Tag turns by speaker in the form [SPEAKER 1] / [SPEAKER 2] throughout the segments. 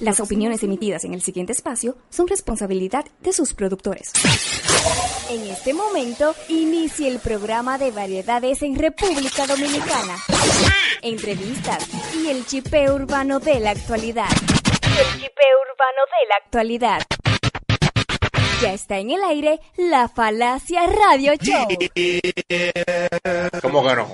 [SPEAKER 1] Las opiniones emitidas en el siguiente espacio son responsabilidad de sus productores.
[SPEAKER 2] En este momento inicia el programa de variedades en República Dominicana. Entrevistas y el chipeo urbano de la actualidad. El chipeo urbano de la actualidad. Ya está en el aire la Falacia Radio Show.
[SPEAKER 3] ¿Cómo que no?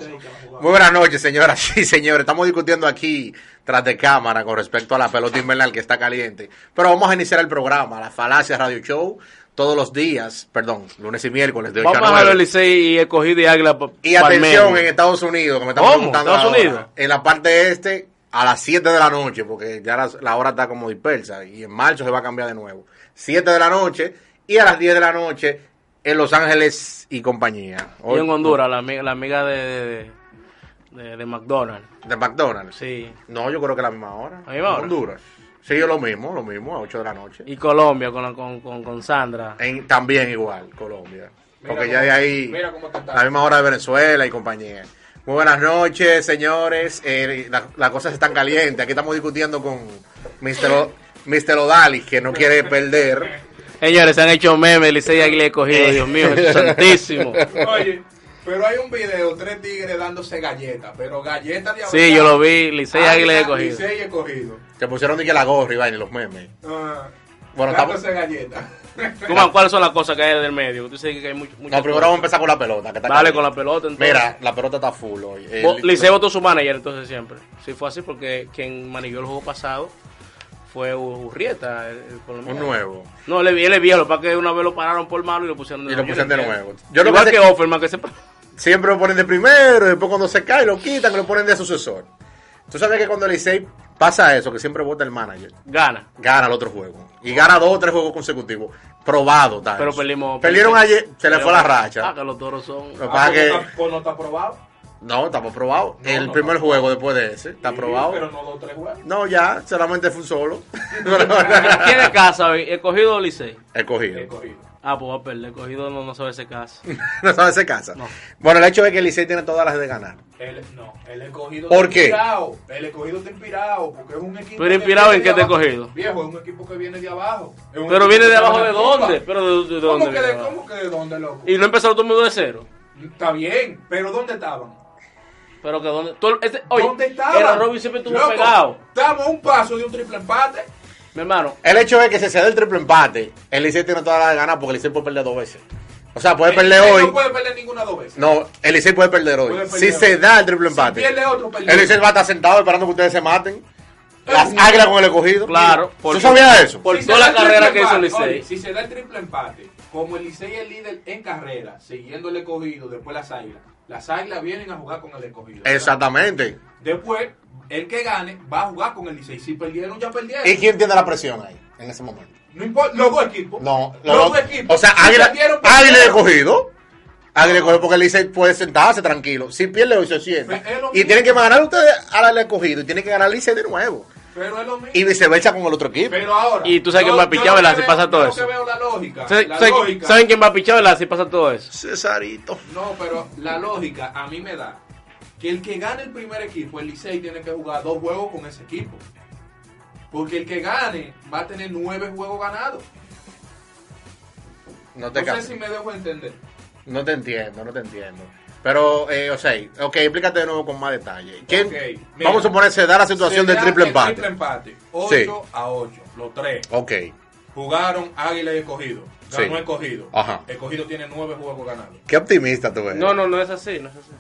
[SPEAKER 3] Muy buenas noches, señoras y señores. Estamos discutiendo aquí tras de cámara con respecto a la pelota invernal que está caliente. Pero vamos a iniciar el programa, la Falacia Radio Show, todos los días, perdón, lunes y miércoles de 8
[SPEAKER 4] Vamos a
[SPEAKER 3] a
[SPEAKER 4] bajar el
[SPEAKER 3] 9.
[SPEAKER 4] Licey y escogí de Águila. pa-
[SPEAKER 3] Y atención
[SPEAKER 4] Palmero.
[SPEAKER 3] en Estados Unidos, que me están
[SPEAKER 4] ¿Cómo?
[SPEAKER 3] preguntando
[SPEAKER 4] ¿Estados
[SPEAKER 3] ahora,
[SPEAKER 4] Unidos?
[SPEAKER 3] en la parte este a las 7 de la noche, porque ya la, la hora está como dispersa y en marzo se va a cambiar de nuevo. 7 de la noche y a las 10 de la noche en Los Ángeles y compañía.
[SPEAKER 4] Y en Honduras, la amiga, la amiga de, de, de- de McDonald's.
[SPEAKER 3] De McDonald's.
[SPEAKER 4] Sí.
[SPEAKER 3] No, yo creo que a la misma hora.
[SPEAKER 4] ¿La misma hora?
[SPEAKER 3] Honduras. Sí, yo lo mismo, lo mismo, a 8 de la noche.
[SPEAKER 4] Y Colombia con, la- con, con, con Sandra.
[SPEAKER 3] En- también igual, Colombia.
[SPEAKER 5] Mira
[SPEAKER 3] Porque
[SPEAKER 5] cómo-
[SPEAKER 3] ya de ahí,
[SPEAKER 5] mira cómo te está.
[SPEAKER 3] la misma hora de Venezuela y compañía. Muy buenas noches, señores. Eh, la- las cosas están calientes. Aquí estamos discutiendo con Mr. O- Mr. Odalis, que no quiere perder.
[SPEAKER 4] Señores, se han hecho memes, Licey y Águila escogido. Dios mío, Jesús santísimo.
[SPEAKER 5] Oye, pero hay un video, tres tigres dándose galletas, pero galletas de
[SPEAKER 4] Sí, yo lo vi, Licey y Águila escogido.
[SPEAKER 5] Ah, Licey escogido.
[SPEAKER 3] Se pusieron ni que la gorra y vaina y los memes.
[SPEAKER 5] Ah,
[SPEAKER 3] Bueno, estamos-
[SPEAKER 5] dándose galletas.
[SPEAKER 4] Guzmán, ¿cuáles son las cosas que hay del medio? Tú sabes que hay mucho, muchas
[SPEAKER 3] No, primero
[SPEAKER 4] cosas.
[SPEAKER 3] vamos a empezar con la pelota. Que está
[SPEAKER 4] Dale
[SPEAKER 3] caliente.
[SPEAKER 4] con la pelota, entonces.
[SPEAKER 3] Mira, la pelota está full hoy. El-
[SPEAKER 4] Vo- Licey votó su manager entonces siempre. Sí, fue así porque quien manejó el juego pasado fue Urrieta, el, el
[SPEAKER 3] un
[SPEAKER 4] colombiano.
[SPEAKER 3] nuevo.
[SPEAKER 4] No, le vi, le vi, lo que pasa es que una vez lo pararon por malo y lo pusieron de
[SPEAKER 3] Y
[SPEAKER 4] nuevo.
[SPEAKER 3] lo pusieron de
[SPEAKER 4] Yo no
[SPEAKER 3] nuevo.
[SPEAKER 4] entiendo.
[SPEAKER 3] Yo lo
[SPEAKER 4] Igual
[SPEAKER 3] que
[SPEAKER 4] que
[SPEAKER 3] hace-
[SPEAKER 4] Offerman, que se...
[SPEAKER 3] siempre lo ponen de primero, y después cuando se cae lo quitan y lo ponen de sucesor. Tú sabes que cuando el Licey pasa eso, que siempre vota el manager,
[SPEAKER 4] gana.
[SPEAKER 3] gana el otro juego. Y gana dos o tres juegos consecutivos. Probado, tal.
[SPEAKER 4] Pero perdimos...
[SPEAKER 3] Perdieron
[SPEAKER 4] perdimos-
[SPEAKER 3] ayer, se le fue la racha.
[SPEAKER 4] Ah, que los toros son...
[SPEAKER 3] Lo que
[SPEAKER 5] Ah,
[SPEAKER 3] pasa
[SPEAKER 5] porque
[SPEAKER 3] que-
[SPEAKER 5] está- pues no está aprobado.
[SPEAKER 3] No, estamos probados.
[SPEAKER 5] No,
[SPEAKER 3] el
[SPEAKER 5] no,
[SPEAKER 3] primer
[SPEAKER 5] no.
[SPEAKER 3] juego después de ese, está probado.
[SPEAKER 5] Pero no dos, tres juegos.
[SPEAKER 3] No, ya, solamente fue un solo.
[SPEAKER 4] ¿Quién es casa hoy? ¿El cogido o Licey?
[SPEAKER 3] He cogido.
[SPEAKER 5] Escogido.
[SPEAKER 4] Ah, pues va a perder. El cogido no, no sabe ese caso.
[SPEAKER 3] No sabe ese casa.
[SPEAKER 4] No.
[SPEAKER 3] Bueno, el hecho es que el Licey tiene todas las de ganar.
[SPEAKER 5] El, no, el escogido
[SPEAKER 3] ¿Por
[SPEAKER 5] está
[SPEAKER 3] qué?
[SPEAKER 5] inspirado. El escogido está inspirado porque es un equipo.
[SPEAKER 4] ¿Pero inspirado
[SPEAKER 5] viene
[SPEAKER 4] en qué
[SPEAKER 5] de
[SPEAKER 4] te
[SPEAKER 5] abajo.
[SPEAKER 4] escogido?
[SPEAKER 5] Viejo, es un equipo que viene de abajo. Es un
[SPEAKER 4] Pero
[SPEAKER 5] equipo
[SPEAKER 4] viene
[SPEAKER 5] que
[SPEAKER 4] de abajo
[SPEAKER 5] trabaja
[SPEAKER 4] de
[SPEAKER 5] en Cuba.
[SPEAKER 4] dónde? Pero de, de dónde.
[SPEAKER 5] ¿Cómo que,
[SPEAKER 4] viene
[SPEAKER 5] de,
[SPEAKER 4] de abajo?
[SPEAKER 5] ¿Cómo que de dónde, loco?
[SPEAKER 4] Y no empezó todo el mundo de cero.
[SPEAKER 5] Está bien, pero ¿dónde estaban?
[SPEAKER 4] Pero que dónde... todo el- este- oye,
[SPEAKER 5] ¿Dónde estaban?
[SPEAKER 4] Era Robin siempre estuvo
[SPEAKER 5] Loco,
[SPEAKER 4] pegado.
[SPEAKER 5] Estamos a un paso de un triple empate.
[SPEAKER 4] Mi hermano,
[SPEAKER 3] El hecho es que si se da el triple empate, el Licey tiene todas las de ganar porque el Licey puede perder dos veces. O sea, puede
[SPEAKER 5] El
[SPEAKER 3] perder
[SPEAKER 5] Licey
[SPEAKER 3] hoy.
[SPEAKER 5] Eh, No puede perder ninguna dos veces.
[SPEAKER 3] No, el Licey puede perder hoy.
[SPEAKER 5] Puede
[SPEAKER 3] si
[SPEAKER 5] perder
[SPEAKER 3] se
[SPEAKER 5] hoy.
[SPEAKER 3] da el triple
[SPEAKER 5] Si
[SPEAKER 3] empate.
[SPEAKER 5] pierde otro, perdió.
[SPEAKER 3] el Licey va a estar sentado esperando que ustedes se maten. Las
[SPEAKER 5] Eh,
[SPEAKER 3] águilas con el escogido.
[SPEAKER 4] Claro,
[SPEAKER 3] ¿Tú
[SPEAKER 4] porque-
[SPEAKER 3] sabías eso?
[SPEAKER 4] por-
[SPEAKER 5] se
[SPEAKER 4] toda
[SPEAKER 5] da
[SPEAKER 4] la
[SPEAKER 5] el triple
[SPEAKER 4] carrera que hizo el
[SPEAKER 5] empate,
[SPEAKER 4] Licey.
[SPEAKER 5] oye, Si se da el triple empate, como el Licey es líder en carrera, siguiendo el escogido, después las águilas. Las águilas vienen a jugar con el escogido.
[SPEAKER 3] Exactamente.
[SPEAKER 5] Después, el que gane va a jugar con el Licey. Si perdieron, ya perdieron.
[SPEAKER 3] ¿Y quién tiene la presión ahí en ese momento?
[SPEAKER 5] No importa, los dos equipos.
[SPEAKER 3] No,
[SPEAKER 5] los,
[SPEAKER 3] no,
[SPEAKER 5] dos equipos.
[SPEAKER 3] O sea,
[SPEAKER 5] Si
[SPEAKER 3] águila,
[SPEAKER 5] perdieron, pues,
[SPEAKER 3] águila de
[SPEAKER 5] perdieron.
[SPEAKER 3] escogido. Águila de escogido porque el Licey puede sentarse tranquilo. Si pierde hoy se sienta.
[SPEAKER 5] Pero es lo
[SPEAKER 3] Y
[SPEAKER 5] mismo.
[SPEAKER 3] tienen que ganar ustedes al escogido y tienen que ganar el Licey de nuevo.
[SPEAKER 5] Pero es lo mismo.
[SPEAKER 3] Y viceversa con el otro equipo.
[SPEAKER 5] Pero ahora.
[SPEAKER 4] Y tú sabes que
[SPEAKER 5] yo-
[SPEAKER 4] más
[SPEAKER 5] yo
[SPEAKER 4] pichado,
[SPEAKER 5] lo
[SPEAKER 4] ¿verdad? Si
[SPEAKER 5] veo-
[SPEAKER 4] pasa todo
[SPEAKER 5] yo lo
[SPEAKER 4] eso.
[SPEAKER 5] que veo la lógica.
[SPEAKER 4] ¿saben,
[SPEAKER 5] la
[SPEAKER 4] saben-
[SPEAKER 5] lógica-
[SPEAKER 4] saben quién va a pichar ¿verdad? si pasa todo eso?
[SPEAKER 3] Cesarito.
[SPEAKER 5] No, pero la lógica a mí me da que el que gane el primer equipo, el Licey, tiene que jugar dos juegos con ese equipo. Porque el que gane va a tener nueve juegos ganados.
[SPEAKER 3] No te
[SPEAKER 5] No sé
[SPEAKER 3] cases.
[SPEAKER 5] si me dejo entender.
[SPEAKER 3] No te entiendo, no te entiendo. Pero, eh, o sea, ok, explícate de nuevo con más detalle. ¿Quién-
[SPEAKER 5] Ok, mira.
[SPEAKER 3] vamos a suponer se da la situación
[SPEAKER 5] Se
[SPEAKER 3] del
[SPEAKER 5] da
[SPEAKER 3] triple
[SPEAKER 5] el
[SPEAKER 3] empate.
[SPEAKER 5] Triple empate. 8
[SPEAKER 3] Sí.
[SPEAKER 5] a 8, los tres.
[SPEAKER 4] Oh.
[SPEAKER 3] Ok,
[SPEAKER 5] Jugaron Águila y Escogido. Ganó
[SPEAKER 3] Sí.
[SPEAKER 5] Escogido.
[SPEAKER 3] Ajá.
[SPEAKER 5] Escogido tiene nueve juegos ganados.
[SPEAKER 3] qué optimista tú eres.
[SPEAKER 4] No, no, no es así, no es así.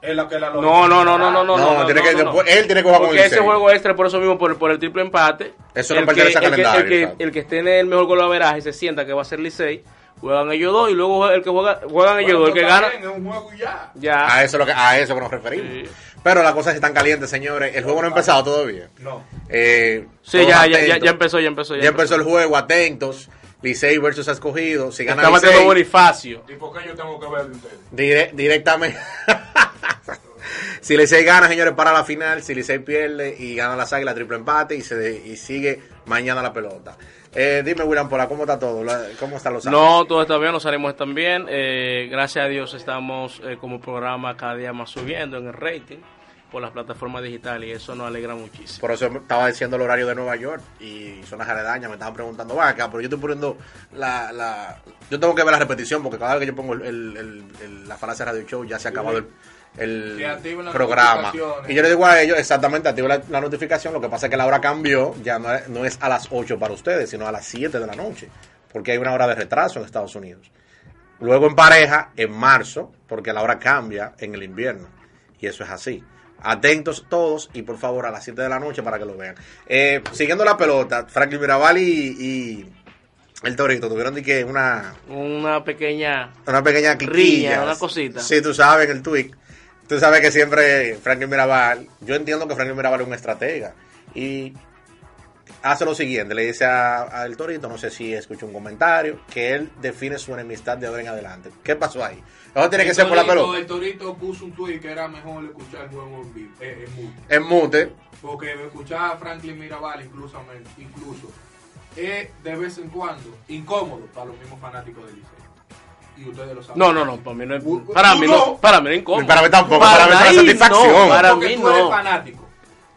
[SPEAKER 5] Es la que la lógica.
[SPEAKER 4] No, no, no, no, no, no.
[SPEAKER 3] No, tiene que- después- él tiene que jugar con
[SPEAKER 4] Porque
[SPEAKER 3] el
[SPEAKER 4] ese
[SPEAKER 3] Licey.
[SPEAKER 4] juego extra, por eso mismo, por, por el triple empate.
[SPEAKER 3] Eso no
[SPEAKER 4] el
[SPEAKER 3] pertenece
[SPEAKER 4] que-
[SPEAKER 3] al
[SPEAKER 4] el que-
[SPEAKER 3] calendario,
[SPEAKER 4] El que,
[SPEAKER 3] exacto.
[SPEAKER 4] el que esté en el mejor golaveraje se sienta que va a ser Licey, juegan ellos dos y luego el que juega, juegan ellos
[SPEAKER 5] Ah, Bueno,
[SPEAKER 4] dos, el que
[SPEAKER 5] está
[SPEAKER 4] gana.
[SPEAKER 5] bien, Es un juego y ya.
[SPEAKER 4] Ya.
[SPEAKER 3] A eso, lo que, a eso que nos referimos.
[SPEAKER 4] Sí.
[SPEAKER 3] Pero las cosas están calientes, señores. El juego no ha empezado todavía.
[SPEAKER 5] No.
[SPEAKER 3] Eh,
[SPEAKER 4] Sí,
[SPEAKER 3] todos
[SPEAKER 4] ya, ya, ya,
[SPEAKER 3] atentos.
[SPEAKER 4] ya empezó, ya empezó.
[SPEAKER 3] Ya empezó el juego, atentos. Licey versus escogido. Si gana
[SPEAKER 4] Está batiendo
[SPEAKER 3] Licey,
[SPEAKER 4] Bonifacio.
[SPEAKER 6] ¿Y por qué yo tengo que ver de ustedes?
[SPEAKER 3] dire- directamente. si Licey gana, señores, para la final. Si Licey pierde y gana las águilas, triple empate y, se de- y sigue mañana la pelota. Eh, dime, William Pola, ¿cómo está todo? La- ¿Cómo están los Águilas?
[SPEAKER 4] No, todo está bien, los ánimos están bien. Eh, gracias a Dios estamos eh, como programa cada día más subiendo en el rating por las plataformas digitales y eso nos alegra muchísimo.
[SPEAKER 3] Por eso estaba diciendo el horario de Nueva York y zonas aledañas. Me estaban preguntando, va acá, pero yo estoy poniendo la, la- Yo tengo que ver la repetición porque cada vez que yo pongo el, el- el- el- la falacia radio show ya se ha acabado el, el
[SPEAKER 5] Que activen las
[SPEAKER 3] programa.
[SPEAKER 5] notificaciones.
[SPEAKER 3] Y yo le digo a ellos, exactamente, activo la, la notificación. Lo que pasa es que la hora cambió, ya no es, no es a las 8 para ustedes, sino a las 7 de la noche, porque hay una hora de retraso en Estados Unidos. Luego en pareja en marzo, porque la hora cambia en el invierno. Y eso es así. Atentos todos y por favor a las 7 de la noche para que lo vean. Eh, siguiendo la pelota, Franklin Mirabal y, y el Torito tuvieron de que una,
[SPEAKER 4] Una pequeña...
[SPEAKER 3] una pequeña quilla.
[SPEAKER 4] una cosita.
[SPEAKER 3] Sí, tú sabes, en el tweet. Tú sabes que siempre Franklin Mirabal, yo entiendo que Franklin Mirabal es un estratega. Y hace lo siguiente, le dice a, a El Torito, no sé si escuchó un comentario, que él define su enemistad de ahora en adelante. ¿Qué pasó ahí? Eso tiene que ser por la
[SPEAKER 5] Torito-
[SPEAKER 3] pelota.
[SPEAKER 5] El Torito puso un tweet que era mejor escuchar el juego en vivo, eh, en mute.
[SPEAKER 3] En mute.
[SPEAKER 5] Porque escuchaba a Franklin Mirabal incluso, incluso es de vez en cuando incómodo para los mismos fanáticos del Liceo. Y ustedes lo saben.
[SPEAKER 4] No, no, no, para mí no es...
[SPEAKER 5] U-
[SPEAKER 4] Para
[SPEAKER 5] u-
[SPEAKER 4] mí
[SPEAKER 5] no.
[SPEAKER 4] no, para mí no es incómodo.
[SPEAKER 3] Para mí tampoco, para mí es una
[SPEAKER 4] ahí no,
[SPEAKER 3] satisfacción.
[SPEAKER 4] para
[SPEAKER 5] Porque
[SPEAKER 4] mí
[SPEAKER 5] tú eres
[SPEAKER 4] no.
[SPEAKER 5] fanático.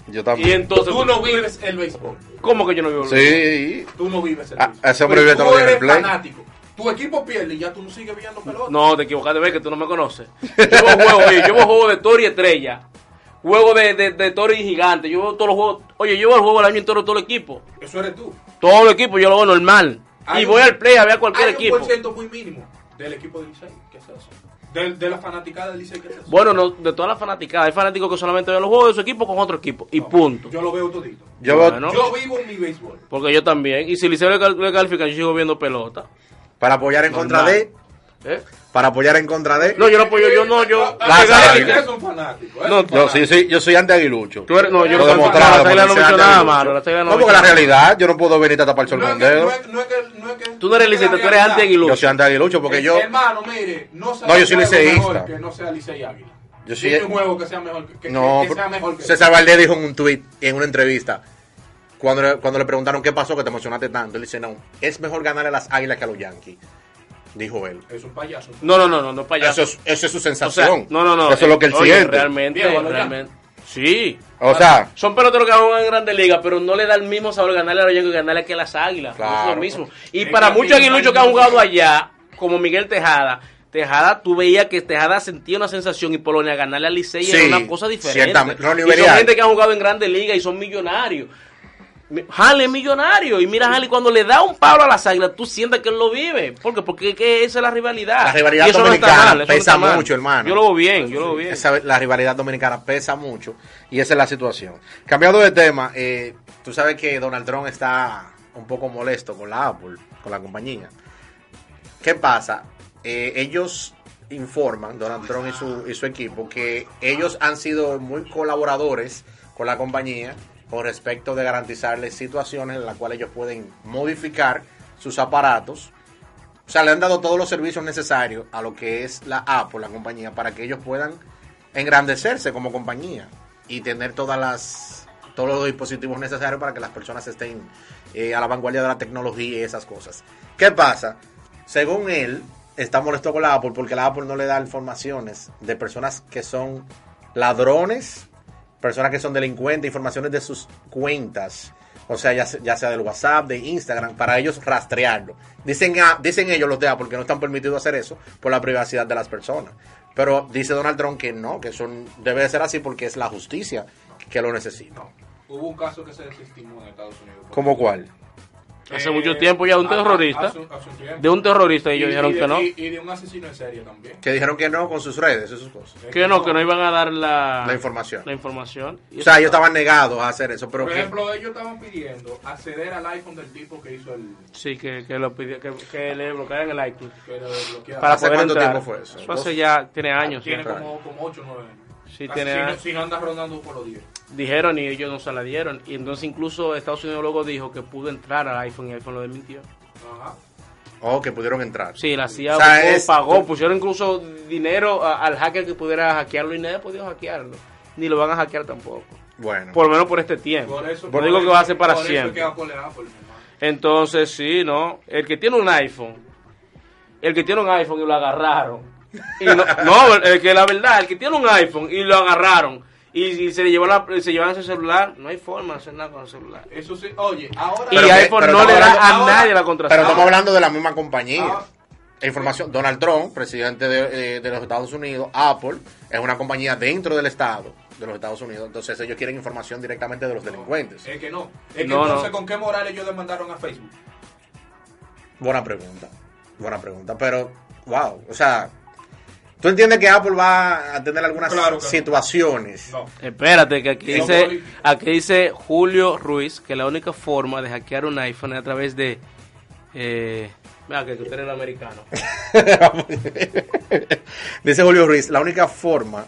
[SPEAKER 3] Yo
[SPEAKER 4] Y
[SPEAKER 3] también.
[SPEAKER 4] entonces...
[SPEAKER 5] tú no vives el béisbol.
[SPEAKER 4] ¿Cómo que yo no vivo?
[SPEAKER 3] Sí.
[SPEAKER 5] Tú no vives el
[SPEAKER 3] Ah,
[SPEAKER 5] béisbol.
[SPEAKER 3] ese hombre
[SPEAKER 5] Pero
[SPEAKER 3] vive todo
[SPEAKER 5] tú
[SPEAKER 3] el
[SPEAKER 5] eres
[SPEAKER 3] play.
[SPEAKER 5] fanático. Tu equipo pierde y ya tú no sigues viendo pelota.
[SPEAKER 4] No, te equivocaste, ves que tú no me conoces. Yo veo juegos, oye, yo veo juegos de Tori y Estrella. Juego de, de, de Tori y Gigante. Yo veo todos los juegos. Oye, yo veo el juego del año entero de todo el equipo.
[SPEAKER 5] Eso eres tú.
[SPEAKER 4] Todo el equipo yo lo veo normal.
[SPEAKER 5] Hay
[SPEAKER 4] y
[SPEAKER 5] un-
[SPEAKER 4] voy al play a ver a cualquier
[SPEAKER 5] Hay
[SPEAKER 4] equipo.
[SPEAKER 5] un por ciento muy mínimo del equipo del Licey. ¿Qué es eso? De, de la fanaticada del Licey. ¿Qué es eso?
[SPEAKER 4] Bueno, no, de todas las fanaticadas. Hay fanáticos que solamente ven los juegos de su equipo con otro equipo. Y punto.
[SPEAKER 5] Yo lo veo todito.
[SPEAKER 3] Yo
[SPEAKER 4] Bueno. No.
[SPEAKER 5] Yo vivo mi béisbol.
[SPEAKER 4] Porque yo también. Y si Liceo le, cal- le califican, yo sigo viendo pelota.
[SPEAKER 3] para apoyar en
[SPEAKER 4] Normal.
[SPEAKER 3] contra de,
[SPEAKER 4] ¿Eh?
[SPEAKER 3] para apoyar en contra de.
[SPEAKER 4] No, yo no apoyo, yo no, yo.
[SPEAKER 5] Ah,
[SPEAKER 3] Las
[SPEAKER 4] Las águilas-
[SPEAKER 3] águilas.
[SPEAKER 5] eres un fanático. eres
[SPEAKER 4] No, no,
[SPEAKER 5] un
[SPEAKER 3] Yo
[SPEAKER 5] fanático.
[SPEAKER 3] sí, sí, yo soy anti-aguilucho.
[SPEAKER 4] Tú eres- no, yo
[SPEAKER 3] Lo
[SPEAKER 4] no soy-
[SPEAKER 3] demostrado,
[SPEAKER 4] las águilas no
[SPEAKER 3] porque soy
[SPEAKER 4] me hizo nada
[SPEAKER 3] anti-aguilucho.
[SPEAKER 4] malo, las águilas no
[SPEAKER 3] No,
[SPEAKER 4] me
[SPEAKER 3] porque la
[SPEAKER 4] hizo nada.
[SPEAKER 3] realidad, yo no puedo venir a tapar el
[SPEAKER 5] No es que-
[SPEAKER 3] dedo.
[SPEAKER 5] no es- no es que- no es que-
[SPEAKER 4] Tú no eres
[SPEAKER 5] es que la
[SPEAKER 4] liceo, tú eres
[SPEAKER 5] realidad.
[SPEAKER 4] anti-aguilucho.
[SPEAKER 3] Yo soy anti-aguilucho porque yo,
[SPEAKER 5] Eh, Hermano, mire, no se
[SPEAKER 3] No, yo soy liceísta.
[SPEAKER 5] que no sea Licey Águila.
[SPEAKER 3] Yo soy-
[SPEAKER 5] Dime un juego que sea mejor que, que-
[SPEAKER 3] No,
[SPEAKER 5] que sea mejor que
[SPEAKER 3] César Valdés dijo en un tweet en una entrevista, cuando le, cuando le preguntaron qué pasó que te emocionaste tanto, él dice, no, es mejor ganarle a las águilas que a los Yankees, dijo él.
[SPEAKER 5] Es un payaso.
[SPEAKER 4] No, no, no, no, no, para allá.
[SPEAKER 3] Eso es, esa es su
[SPEAKER 4] O sea,
[SPEAKER 3] sensación.
[SPEAKER 4] no, no, no.
[SPEAKER 3] Eso es lo que él
[SPEAKER 4] Oye,
[SPEAKER 3] siente.
[SPEAKER 4] Realmente,
[SPEAKER 5] Viejo, ¿no?
[SPEAKER 4] realmente. Sí.
[SPEAKER 3] O sea,
[SPEAKER 4] Son peloteros que juegan en Grandes Ligas, pero no le da el mismo sabor ganarle a los Yankees que ganarle aquí a las Águilas. No es
[SPEAKER 3] Claro.
[SPEAKER 4] lo mismo. Y
[SPEAKER 5] Es
[SPEAKER 4] para
[SPEAKER 5] que
[SPEAKER 4] muchos
[SPEAKER 5] aquí no hay
[SPEAKER 4] aguiluchos que han
[SPEAKER 5] ningún-
[SPEAKER 4] jugado allá, como Miguel Tejada, Tejada, tú veías que Tejada sentía una sensación y Polonia ganarle a Licey
[SPEAKER 3] Sí,
[SPEAKER 4] era una cosa diferente.
[SPEAKER 3] ciertamente. Ronnie
[SPEAKER 4] Y son
[SPEAKER 3] Belial.
[SPEAKER 4] gente que han jugado en Grandes Ligas y son millonarios. Mi- Hale es millonario y mira Hale cuando le da un palo a las águilas tú sientes que él lo vive porque porque es que esa es la rivalidad
[SPEAKER 3] La rivalidad
[SPEAKER 4] Y eso no está
[SPEAKER 3] dominicana
[SPEAKER 4] mal, eso no
[SPEAKER 3] pesa
[SPEAKER 4] está mal.
[SPEAKER 3] mucho, hermano.
[SPEAKER 4] yo lo veo bien yo lo veo bien
[SPEAKER 3] esa- la rivalidad dominicana pesa mucho y esa es la situación. Cambiando de tema, eh, tú sabes que Donald Trump está un poco molesto con la Apple, con la compañía. ¿Qué pasa? Eh, ellos informan, Donald Trump y su, y su equipo, que ellos han sido muy colaboradores con la compañía con respecto de garantizarles situaciones en las cuales ellos pueden modificar sus aparatos o sea, le han dado todos los servicios necesarios a lo que es la Apple, la compañía, para que ellos puedan engrandecerse como compañía y tener todas las todos los dispositivos necesarios para que las personas estén eh, a la vanguardia de la tecnología y esas cosas. ¿Qué pasa? Según él, está molesto con la Apple porque la Apple no le da informaciones de personas que son ladrones, personas que son delincuentes, informaciones de sus cuentas. O sea, ya, se- ya sea del WhatsApp, de Instagram, para ellos rastrearlo. Dicen, a- dicen ellos los de Apple que no están permitidos hacer eso por la privacidad de las personas. Pero dice Donald Trump que no, que eso debe de ser así porque es la justicia que lo necesita.
[SPEAKER 5] Hubo un caso que se desestimó en Estados Unidos.
[SPEAKER 3] ¿Cómo cuál?
[SPEAKER 4] Hace mucho tiempo ya de un
[SPEAKER 5] a- a-
[SPEAKER 4] terrorista.
[SPEAKER 5] Eh, hace un- hace un tiempo.
[SPEAKER 4] de un terrorista y ellos
[SPEAKER 5] Y-
[SPEAKER 4] dijeron
[SPEAKER 5] y de-
[SPEAKER 4] que no.
[SPEAKER 5] Y, y de un asesino en serie también.
[SPEAKER 3] Que dijeron que no con sus redes, esas cosas.
[SPEAKER 4] que no, que no iban a dar la,
[SPEAKER 3] La información.
[SPEAKER 4] La información. Y
[SPEAKER 3] O sea,
[SPEAKER 4] eso-
[SPEAKER 3] ellos estaban negados a hacer eso, pero
[SPEAKER 5] Por
[SPEAKER 3] que-
[SPEAKER 5] ejemplo, ellos estaban pidiendo acceder al iPhone del tipo que hizo el.
[SPEAKER 4] Sí, que, que, lo pidió- que, que le bloquearan el iTunes.
[SPEAKER 5] que lo desbloquearon.
[SPEAKER 4] Para
[SPEAKER 3] ¿Hace
[SPEAKER 4] poder
[SPEAKER 3] cuánto
[SPEAKER 4] entrar.
[SPEAKER 3] tiempo fue eso?
[SPEAKER 4] hace ya, tiene años.
[SPEAKER 5] Tiene
[SPEAKER 4] ya.
[SPEAKER 5] como, como 8 o 9 años.
[SPEAKER 4] Sí,
[SPEAKER 5] Así,
[SPEAKER 4] tiene-
[SPEAKER 5] si, no, si no andas rondando por los 10.
[SPEAKER 4] Dijeron y ellos no se la dieron. Y entonces incluso Estados Unidos luego dijo que pudo entrar al iPhone y iPhone lo desmintió.
[SPEAKER 5] Ajá.
[SPEAKER 3] Oh, que pudieron entrar.
[SPEAKER 4] Sí, la CIA
[SPEAKER 3] O sea,
[SPEAKER 4] buscó,
[SPEAKER 3] es-
[SPEAKER 4] pagó, pusieron incluso dinero a- al hacker que pudiera hackearlo y nadie ha podido hackearlo. Ni lo van a hackear tampoco.
[SPEAKER 3] Bueno.
[SPEAKER 4] Por lo menos por este tiempo.
[SPEAKER 5] Por eso.
[SPEAKER 4] no digo que va a ser para
[SPEAKER 5] por eso
[SPEAKER 4] siempre.
[SPEAKER 5] que Apple es Apple, mi hermano.
[SPEAKER 4] Entonces, sí, ¿no? El que tiene un iPhone, el que tiene un iPhone y lo agarraron. Y no, no, el que la verdad, el que tiene un iPhone y lo agarraron y, y se le llevó la- se llevan ese celular, no hay forma de hacer nada con el celular.
[SPEAKER 5] Eso sí. Oye, ahora.
[SPEAKER 4] y
[SPEAKER 3] Pero que-
[SPEAKER 4] iPhone
[SPEAKER 3] pero
[SPEAKER 4] no le
[SPEAKER 3] estamos
[SPEAKER 4] da a
[SPEAKER 5] hablando-
[SPEAKER 4] nadie la
[SPEAKER 3] Pero
[SPEAKER 4] contraseña.
[SPEAKER 3] estamos hablando de la misma compañía.
[SPEAKER 5] Ah.
[SPEAKER 3] Información, Donald Trump, presidente de, eh, de los Estados Unidos, Apple, es una compañía dentro del Estado de los Estados Unidos. Entonces ellos quieren información directamente de los delincuentes.
[SPEAKER 5] Es que no. Es que
[SPEAKER 4] No,
[SPEAKER 5] entonces,
[SPEAKER 4] no.
[SPEAKER 5] ¿con qué moral ellos demandaron a Facebook?
[SPEAKER 3] Buena pregunta. Buena pregunta. Pero, wow. O sea, ¿tú entiendes que Apple va a tener algunas
[SPEAKER 5] Claro que no.
[SPEAKER 3] situaciones?
[SPEAKER 5] No.
[SPEAKER 4] Espérate, que aquí
[SPEAKER 5] No,
[SPEAKER 4] dice,
[SPEAKER 5] Poli.
[SPEAKER 4] aquí dice Julio Ruiz que la única forma de hackear un iPhone es a través de... Eh, mira, que tú eres el americano.
[SPEAKER 3] Dice Julio Ruiz, la única forma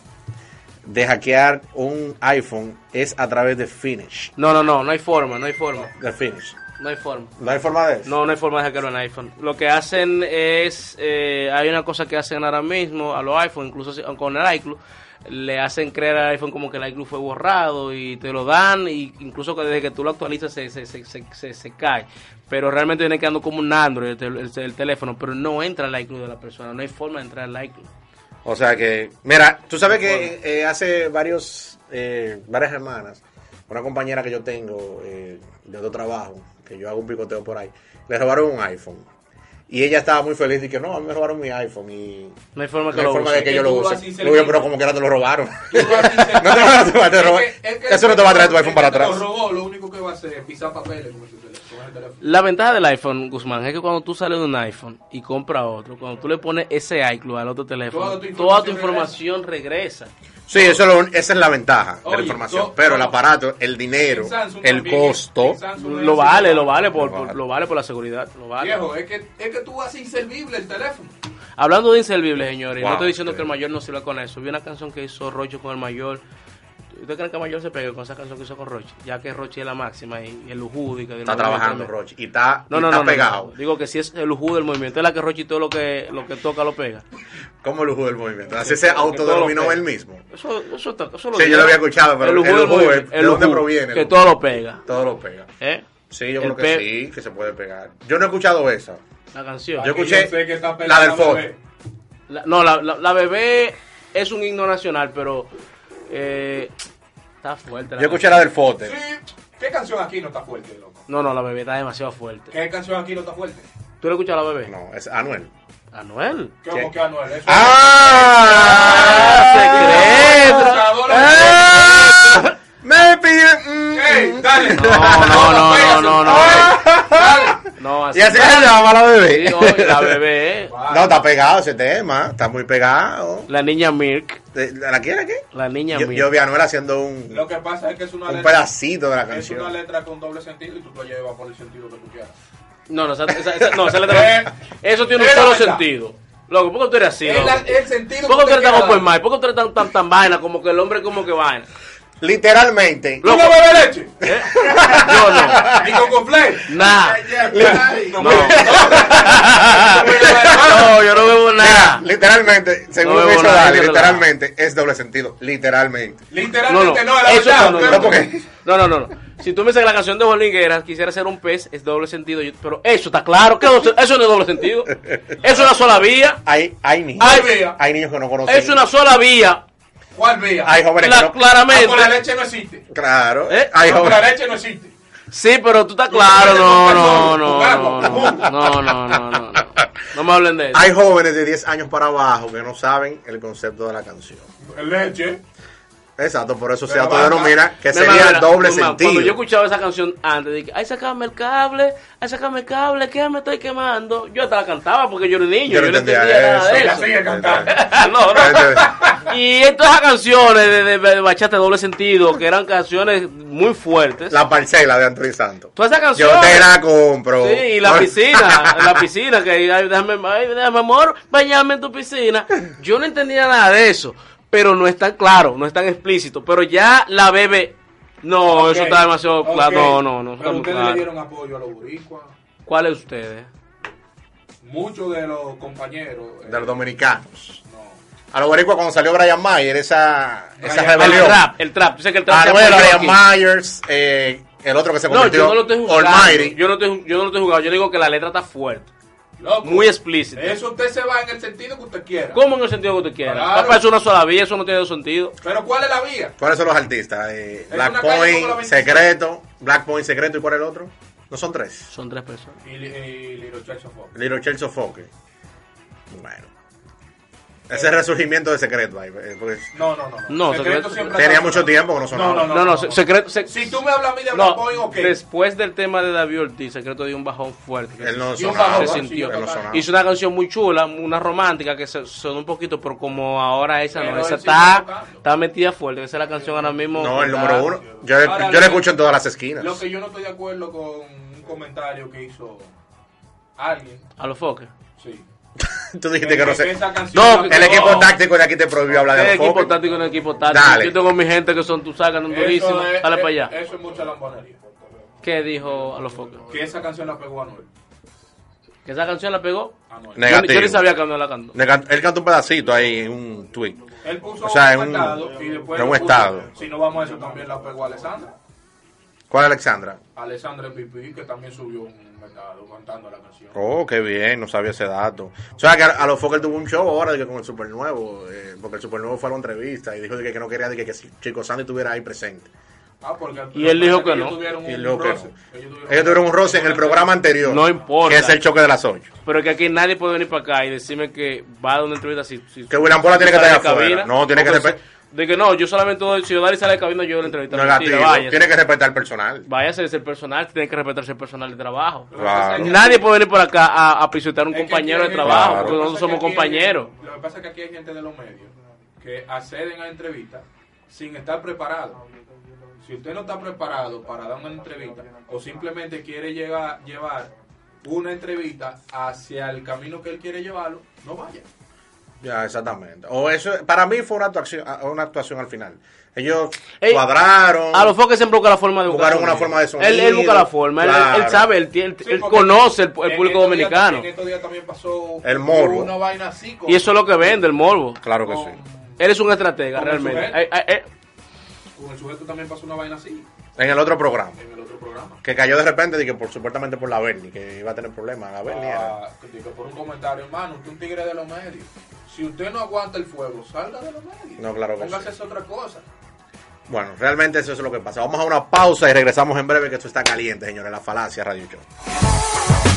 [SPEAKER 3] de hackear un iPhone es a través de Finish.
[SPEAKER 4] No, no, no, no hay forma, no hay forma,
[SPEAKER 3] De Finish.
[SPEAKER 4] no hay forma.
[SPEAKER 3] ¿No hay forma de eso?
[SPEAKER 4] No, no hay forma de hackear un iPhone. Lo que hacen es, eh, hay una cosa que hacen ahora mismo a los iPhone, incluso si- con el iCloud, le hacen creer al iPhone como que el iCloud fue borrado y te lo dan, y incluso que desde que tú lo actualizas se, se, se, se, se- se cae. Pero realmente viene quedando como un Android el, tel- el- el teléfono, pero no entra el iCloud de la persona, no hay forma de entrar al iCloud.
[SPEAKER 3] O sea que, mira, tú sabes que eh, hace varios, eh, varias semanas, una compañera que yo tengo eh, de otro trabajo, que yo hago un picoteo por ahí, le robaron un iPhone. Y ella estaba muy feliz y que no, a mí me robaron mi iPhone y
[SPEAKER 4] No hay forma que
[SPEAKER 3] no hay
[SPEAKER 4] lo
[SPEAKER 3] forma
[SPEAKER 4] use.
[SPEAKER 3] de que yo
[SPEAKER 5] Tú
[SPEAKER 3] lo
[SPEAKER 5] vas
[SPEAKER 3] use.
[SPEAKER 5] sin
[SPEAKER 3] Yo digo,
[SPEAKER 5] servicio.
[SPEAKER 3] pero como que era te lo robaron.
[SPEAKER 5] Tú vas a decir-
[SPEAKER 3] No te va- no te va- te
[SPEAKER 5] Es que-
[SPEAKER 3] roba-
[SPEAKER 5] es que
[SPEAKER 3] eso no te va a traer tu
[SPEAKER 5] el
[SPEAKER 3] iPhone para
[SPEAKER 5] que te lo
[SPEAKER 3] atrás.
[SPEAKER 5] robó, lo único que va a hacer es pisar papeles con ese teléfono, con el teléfono.
[SPEAKER 4] La ventaja del iPhone, Guzmán, es que cuando tú sales de un iPhone y compras otro, cuando tú le pones ese iCloud al otro teléfono,
[SPEAKER 5] Toda tu
[SPEAKER 4] toda tu información
[SPEAKER 5] información
[SPEAKER 4] regresa.
[SPEAKER 3] Sí, eso es lo un- esa es la ventaja de la
[SPEAKER 5] Oye,
[SPEAKER 3] información.
[SPEAKER 5] no,
[SPEAKER 3] pero el
[SPEAKER 5] no.
[SPEAKER 3] aparato, el dinero,
[SPEAKER 5] En Samsung
[SPEAKER 3] el
[SPEAKER 5] también,
[SPEAKER 3] costo.
[SPEAKER 5] en Samsung es
[SPEAKER 4] Lo
[SPEAKER 5] así.
[SPEAKER 4] vale, lo vale por,
[SPEAKER 3] Lo
[SPEAKER 4] por-
[SPEAKER 3] vale.
[SPEAKER 4] lo vale por la seguridad, lo vale.
[SPEAKER 5] Viejo, eh. es que, es que tú vas inservible el teléfono.
[SPEAKER 4] Hablando de inservibles, señores, no
[SPEAKER 3] Wow,
[SPEAKER 4] estoy diciendo
[SPEAKER 3] sí.
[SPEAKER 4] que el mayor no sirva con eso. Vi una canción que hizo Roche con el mayor. ¿Ustedes creen que el mayor se pegue con esa canción que hizo con Roche? Ya que Roche es la máxima y, y el lujudo y que
[SPEAKER 3] Está trabajando, Roche, y está,
[SPEAKER 4] No,
[SPEAKER 3] y
[SPEAKER 4] no,
[SPEAKER 3] está
[SPEAKER 4] no, no,
[SPEAKER 3] pegado.
[SPEAKER 4] no. Digo que si es el lujudo del movimiento, es la que Roche y todo lo que, lo que toca lo pega.
[SPEAKER 3] ¿Cómo el lujo del movimiento? Así se autodenominó él mismo.
[SPEAKER 4] Eso, eso, está- eso
[SPEAKER 3] Sí, yo lo había escuchado, pero el
[SPEAKER 4] del
[SPEAKER 3] Ujú,
[SPEAKER 4] movimiento,
[SPEAKER 3] ¿de dónde
[SPEAKER 4] Ujú,
[SPEAKER 3] proviene el
[SPEAKER 4] Que
[SPEAKER 3] Ujú?
[SPEAKER 4] todo lo pega.
[SPEAKER 3] Todo lo pega.
[SPEAKER 4] ¿Eh?
[SPEAKER 3] Sí, yo
[SPEAKER 4] El
[SPEAKER 3] creo que
[SPEAKER 4] pe-
[SPEAKER 3] sí, que se puede pegar. Yo no he escuchado esa.
[SPEAKER 4] La canción.
[SPEAKER 3] Yo
[SPEAKER 5] Que
[SPEAKER 3] escuché
[SPEAKER 5] sé que está
[SPEAKER 3] la del
[SPEAKER 5] pelando,
[SPEAKER 3] Ford.
[SPEAKER 5] bebé.
[SPEAKER 4] La- no, la, la, la bebé es un himno nacional, pero eh, está fuerte. la
[SPEAKER 3] Yo escuché
[SPEAKER 4] canción.
[SPEAKER 3] la del Fote.
[SPEAKER 5] Sí. ¿Qué canción aquí no está fuerte, loco?
[SPEAKER 4] No, no, la bebé está demasiado fuerte.
[SPEAKER 5] ¿Qué canción aquí no está fuerte?
[SPEAKER 4] ¿Tú le escuchas a la bebé?
[SPEAKER 3] No, es Anuel.
[SPEAKER 4] Anuel.
[SPEAKER 5] ¿Cómo
[SPEAKER 3] ¿Qué?
[SPEAKER 5] que Anuel? Eso
[SPEAKER 3] Ah,
[SPEAKER 4] ¡Ah!
[SPEAKER 5] Abusador,
[SPEAKER 4] ¡Ah!
[SPEAKER 3] Me piden. mm,
[SPEAKER 5] es- ¡Ey, dale!
[SPEAKER 4] No, no, no, no, no, no.
[SPEAKER 5] Dale.
[SPEAKER 4] No, así.
[SPEAKER 3] Y así se llama la bebé.
[SPEAKER 4] Sí, oye, la bebé, eh.
[SPEAKER 3] No, está pegado ese tema. Está muy pegado.
[SPEAKER 4] la niña Mirk.
[SPEAKER 3] ¿De- ¿La la quiere qué?
[SPEAKER 4] La niña
[SPEAKER 3] Yo,
[SPEAKER 4] Mirk.
[SPEAKER 3] yo vi a Anuel haciendo un,
[SPEAKER 5] Lo que pasa es que es una
[SPEAKER 3] un
[SPEAKER 5] letra.
[SPEAKER 3] pedacito de la
[SPEAKER 5] Es una
[SPEAKER 3] canción.
[SPEAKER 5] letra con doble sentido y tú lo llevas por el sentido que tú quieras.
[SPEAKER 4] No, no, esa, esa- esa- no, esa letra-
[SPEAKER 5] Eh,
[SPEAKER 4] Eso tiene un
[SPEAKER 5] es la
[SPEAKER 4] solo
[SPEAKER 5] verdad.
[SPEAKER 4] sentido. Loco, ¿por qué tú eres así?
[SPEAKER 5] Es
[SPEAKER 3] Eh,
[SPEAKER 4] loco?
[SPEAKER 5] la- el sentido
[SPEAKER 4] ¿Por
[SPEAKER 5] que
[SPEAKER 4] qué tú
[SPEAKER 5] usted
[SPEAKER 4] eres tan
[SPEAKER 5] quiera
[SPEAKER 4] open
[SPEAKER 5] dar.
[SPEAKER 4] mind? ¿Por qué tú eres tan, tan, tan vaina? Como que el hombre como que vaina.
[SPEAKER 3] Literalmente.
[SPEAKER 5] ¿Tú
[SPEAKER 4] Loco.
[SPEAKER 5] no bebes leche?
[SPEAKER 4] ¿Eh? Yo no.
[SPEAKER 5] ¿Ni con complex?
[SPEAKER 4] Nah.
[SPEAKER 5] No,
[SPEAKER 4] No.
[SPEAKER 5] no.
[SPEAKER 4] No, yo no bebo nada.
[SPEAKER 3] Mira, literalmente, según lo
[SPEAKER 4] No
[SPEAKER 3] que
[SPEAKER 4] veo
[SPEAKER 3] hizo
[SPEAKER 4] nada,
[SPEAKER 3] Dale,
[SPEAKER 4] que relaja.
[SPEAKER 3] literalmente es doble sentido. Literalmente.
[SPEAKER 4] No, no.
[SPEAKER 5] Literalmente no, la
[SPEAKER 4] Eso está-
[SPEAKER 5] verdad.
[SPEAKER 4] no,
[SPEAKER 5] claro.
[SPEAKER 4] no,
[SPEAKER 3] ¿por
[SPEAKER 4] no.
[SPEAKER 3] qué?
[SPEAKER 4] No, no, no, no. Si tú me dices que la canción de Bolingueras quisiera ser un pez, es doble sentido. yo- Pero eso está claro. que doble- Eso no es doble sentido. Eso es una sola vía.
[SPEAKER 3] Hay, hay niños.
[SPEAKER 4] Ay,
[SPEAKER 5] vea.
[SPEAKER 3] hay niños que no conocen.
[SPEAKER 4] Es una sola vía.
[SPEAKER 5] ¿Cuál vía?
[SPEAKER 3] Hay jóvenes
[SPEAKER 4] La-
[SPEAKER 3] que no.
[SPEAKER 5] Ah, Con la
[SPEAKER 4] claramente.
[SPEAKER 5] leche no existe.
[SPEAKER 3] Claro.
[SPEAKER 4] ¿Eh?
[SPEAKER 3] Hay
[SPEAKER 5] Ah, Con la
[SPEAKER 3] jóvenes.
[SPEAKER 5] leche no existe.
[SPEAKER 4] Sí, pero tú estás claro. No, no, no, no.
[SPEAKER 5] Jugamos,
[SPEAKER 4] No, no,
[SPEAKER 5] jugamos.
[SPEAKER 4] no, no. No, no me hablen de eso.
[SPEAKER 3] Hay jóvenes de 10 años para abajo que no saben el concepto de la canción.
[SPEAKER 5] Leche.
[SPEAKER 3] Exacto, por eso se
[SPEAKER 5] Pero
[SPEAKER 3] autodenomina que
[SPEAKER 4] Mi
[SPEAKER 3] sería
[SPEAKER 4] hermana,
[SPEAKER 3] el doble
[SPEAKER 4] Guzmán, Cuando yo
[SPEAKER 3] sentido.
[SPEAKER 4] escuchaba esa canción antes, dije, ay, sacame el cable, ay, sacame el cable, que me estoy quemando. Yo hasta la cantaba porque yo era un niño, yo, no entendía, nada
[SPEAKER 5] Y
[SPEAKER 4] de
[SPEAKER 5] la
[SPEAKER 4] eso.
[SPEAKER 5] sigue cantando.
[SPEAKER 3] Yo
[SPEAKER 4] no,
[SPEAKER 3] no
[SPEAKER 4] no. y todas esas canciones de, de, de bachata de doble sentido, que eran canciones muy fuertes.
[SPEAKER 3] La parcela de Anthony Santos.
[SPEAKER 4] todas esas canciones.
[SPEAKER 3] Yo te la compro.
[SPEAKER 4] Sí, y la
[SPEAKER 3] No-
[SPEAKER 4] piscina, la piscina, que ay, déjame, ay, déjame, amor, bañame en tu piscina. Yo no entendía nada de eso. pero no es tan claro, no es tan explícito. Pero ya la bebe. No,
[SPEAKER 5] Ok,
[SPEAKER 4] eso está demasiado
[SPEAKER 5] ok.
[SPEAKER 4] claro. No, no, no. eso está
[SPEAKER 5] Pero
[SPEAKER 4] muy
[SPEAKER 5] ustedes
[SPEAKER 4] claro.
[SPEAKER 5] le dieron apoyo a los boricuas.
[SPEAKER 4] ¿Cuál es ustedes?
[SPEAKER 5] Muchos de los compañeros. eh,
[SPEAKER 3] de los dominicanos.
[SPEAKER 5] no.
[SPEAKER 3] A los boricuas cuando salió Brian Mayer, esa, esa
[SPEAKER 4] Ah,
[SPEAKER 5] Brian-
[SPEAKER 4] El
[SPEAKER 3] rebelión.
[SPEAKER 4] trap, el trap. Yo sé que el trap
[SPEAKER 3] Ah,
[SPEAKER 4] se
[SPEAKER 3] no era
[SPEAKER 4] apoyó
[SPEAKER 3] Brian
[SPEAKER 4] aquí.
[SPEAKER 3] Myers, eh, el otro que se
[SPEAKER 4] No,
[SPEAKER 3] convirtió
[SPEAKER 4] yo no lo estoy jugando.
[SPEAKER 3] Almighty.
[SPEAKER 4] Yo no estoy, yo no lo estoy jugando. Yo digo que la letra está fuerte.
[SPEAKER 5] Loco,
[SPEAKER 4] Muy explícita.
[SPEAKER 5] Eso usted se va en el sentido que usted quiera.
[SPEAKER 4] ¿Cómo en el sentido que tú quieras?
[SPEAKER 5] Claro.
[SPEAKER 4] Papá, es una sola vía, eso no tiene dos sentidos.
[SPEAKER 5] Pero ¿cuál es la vía?
[SPEAKER 3] ¿Cuáles son los artistas? Eh,
[SPEAKER 5] Es
[SPEAKER 3] Black
[SPEAKER 5] una calle
[SPEAKER 3] Point,
[SPEAKER 5] como la 25.
[SPEAKER 3] Secreto. Black Point, Secreto y cuál es el otro? No son tres.
[SPEAKER 4] Son tres personas.
[SPEAKER 5] Y, y Little Church of Fox.
[SPEAKER 3] Little Church of Folk. Bueno. Ese resurgimiento de Secreto ahí. eh, porque
[SPEAKER 5] No, no, no.
[SPEAKER 4] No, Secreto-
[SPEAKER 5] siempre ha
[SPEAKER 3] tenía
[SPEAKER 5] estado-
[SPEAKER 3] mucho tiempo que no sonaba.
[SPEAKER 5] No, no,
[SPEAKER 4] No, no, se- secreto. se-
[SPEAKER 5] Si tú me hablas a mí de Black
[SPEAKER 4] no,
[SPEAKER 5] Boy, ok.
[SPEAKER 4] después del tema de David Ortiz, secreto dio un bajón fuerte.
[SPEAKER 3] Él no
[SPEAKER 5] Y un
[SPEAKER 3] sonaba.
[SPEAKER 4] bajón,
[SPEAKER 3] Se
[SPEAKER 4] sí,
[SPEAKER 3] sintió. Él no
[SPEAKER 5] total.
[SPEAKER 3] sonaba.
[SPEAKER 4] Hizo una canción muy chula, una romántica que se- sonó un poquito, pero como ahora esa no,
[SPEAKER 5] Pero
[SPEAKER 4] esa
[SPEAKER 5] él sigue
[SPEAKER 4] está,
[SPEAKER 5] tocando.
[SPEAKER 4] está metida fuerte. Esa es la canción ahora mismo.
[SPEAKER 3] No, el
[SPEAKER 4] está-
[SPEAKER 3] número uno. Yo,
[SPEAKER 5] Ahora,
[SPEAKER 3] yo
[SPEAKER 5] lo-
[SPEAKER 3] lo escucho en todas las esquinas.
[SPEAKER 5] Lo que yo no estoy de acuerdo con un comentario que hizo alguien.
[SPEAKER 4] A los foques.
[SPEAKER 5] Sí.
[SPEAKER 3] Tú dijiste que no sé.
[SPEAKER 5] Esa canción
[SPEAKER 3] No,
[SPEAKER 5] la-
[SPEAKER 3] el equipo
[SPEAKER 5] no.
[SPEAKER 3] táctico de aquí te prohibió hablar
[SPEAKER 4] El
[SPEAKER 3] de los
[SPEAKER 4] equipo
[SPEAKER 3] focos.
[SPEAKER 4] táctico en el equipo táctico.
[SPEAKER 3] Dale.
[SPEAKER 4] Yo tengo mi gente que son, tú sacas un durísimo.
[SPEAKER 5] Eso es-
[SPEAKER 4] Dale
[SPEAKER 5] eh,
[SPEAKER 4] para allá.
[SPEAKER 5] Eso es mucha lambonería.
[SPEAKER 4] ¿Qué dijo a los foques?
[SPEAKER 5] Que esa canción la pegó Anuel.
[SPEAKER 4] Que esa canción la pegó. Yo,
[SPEAKER 5] Anuel.
[SPEAKER 4] ni- yo ni
[SPEAKER 3] Negativo.
[SPEAKER 4] sabía que no la cantó.
[SPEAKER 3] Le can- Él canta un pedacito ahí en un tweet.
[SPEAKER 5] Él puso
[SPEAKER 3] O sea, en
[SPEAKER 5] un
[SPEAKER 3] un-
[SPEAKER 5] estado y después.
[SPEAKER 3] en un
[SPEAKER 5] lo puso-
[SPEAKER 3] estado.
[SPEAKER 5] Si no vamos a eso, también la pegó Alessandra.
[SPEAKER 3] ¿Cuál, Alexandra?
[SPEAKER 5] Alessandra MVP, que también subió un mercado cantando la canción.
[SPEAKER 3] Oh, qué bien, no sabía ese dato. O sea, que a a los Fokker tuvo un show ahora de que con el Supernuevo, eh, porque el Supernuevo fue a la entrevista y dijo de que, que no quería de que, que si Chico Sandy estuviera ahí presente.
[SPEAKER 5] Ah, porque
[SPEAKER 4] Y él dijo que
[SPEAKER 5] ellos
[SPEAKER 4] no.
[SPEAKER 5] tuvieron
[SPEAKER 3] Y
[SPEAKER 5] un
[SPEAKER 3] luego que no.
[SPEAKER 5] roce.
[SPEAKER 3] Ellos tuvieron un roce en el programa anterior.
[SPEAKER 4] No importa.
[SPEAKER 3] Que es el choque de las 8.
[SPEAKER 4] Pero que aquí nadie puede venir para acá y decirme que va a una entrevista si... si-
[SPEAKER 3] Que William Pola
[SPEAKER 4] si
[SPEAKER 3] tiene que
[SPEAKER 4] sale
[SPEAKER 3] estar
[SPEAKER 4] de
[SPEAKER 3] afuera. No, tiene
[SPEAKER 4] O
[SPEAKER 3] que
[SPEAKER 4] si-
[SPEAKER 3] respe-
[SPEAKER 4] De que no, yo solamente doy... Si yo Dari sale de cabina, yo doy la entrevista. Mentira,
[SPEAKER 3] Negativo.
[SPEAKER 4] váyase.
[SPEAKER 3] Tiene que respetar el personal.
[SPEAKER 4] Váyase, es el personal, tiene que respetarse el personal de trabajo.
[SPEAKER 3] Claro.
[SPEAKER 4] Nadie puede venir por acá a, a pisotear a un
[SPEAKER 5] Es que
[SPEAKER 4] compañero de
[SPEAKER 5] aquí hay-
[SPEAKER 4] trabajo,
[SPEAKER 3] Claro.
[SPEAKER 4] porque
[SPEAKER 5] Lo que
[SPEAKER 4] nosotros
[SPEAKER 5] pasa
[SPEAKER 4] somos
[SPEAKER 5] es que aquí hay-
[SPEAKER 4] compañeros.
[SPEAKER 5] Lo que pasa es que aquí hay gente de los medios que acceden a entrevistas sin estar preparado. Si usted no está preparado para dar una entrevista o simplemente quiere llegar, llevar una entrevista hacia el camino que él quiere llevarlo, no vaya.
[SPEAKER 3] Ya, exactamente. O eso, para mí fue una actuación, una actuación al final. Ellos
[SPEAKER 4] Ey,
[SPEAKER 3] cuadraron.
[SPEAKER 4] A los foques siempre busca la forma de buscar
[SPEAKER 3] Buscaron una
[SPEAKER 4] sonido.
[SPEAKER 3] forma de sonido,
[SPEAKER 4] Él, él busca la forma, él- él,
[SPEAKER 3] claro.
[SPEAKER 4] él sabe, él, tiene- él-
[SPEAKER 5] Sí,
[SPEAKER 4] él
[SPEAKER 5] porque
[SPEAKER 4] conoce el, el
[SPEAKER 5] en
[SPEAKER 4] público
[SPEAKER 5] estos días-
[SPEAKER 4] dominicano.
[SPEAKER 5] en estos días también pasó
[SPEAKER 3] El morbo.
[SPEAKER 5] una vaina así con-
[SPEAKER 4] Y eso es lo que vende, el morbo.
[SPEAKER 3] Claro que
[SPEAKER 5] con-
[SPEAKER 3] sí.
[SPEAKER 4] Él es un estratega,
[SPEAKER 5] Como el
[SPEAKER 4] realmente. Eh,
[SPEAKER 5] sujeto.
[SPEAKER 4] Ay, ay, ay.
[SPEAKER 5] Con el sujeto también pasó una vaina así
[SPEAKER 3] En el otro programa.
[SPEAKER 5] en el otro programa.
[SPEAKER 3] Que cayó de repente, de que por, supuestamente por la Bernie, que iba a tener problemas. La Bernie era.
[SPEAKER 5] Ah, que por un comentario, hermano, usted es un tigre de los medios. Si usted no aguanta el fuego, salga de los medios.
[SPEAKER 3] No, claro que
[SPEAKER 5] Póngase
[SPEAKER 3] sí.
[SPEAKER 5] a hacer otra cosa.
[SPEAKER 3] Bueno, realmente eso es lo que pasa. Vamos a una pausa y regresamos en breve, que esto está caliente, señores. La falacia Radio Show.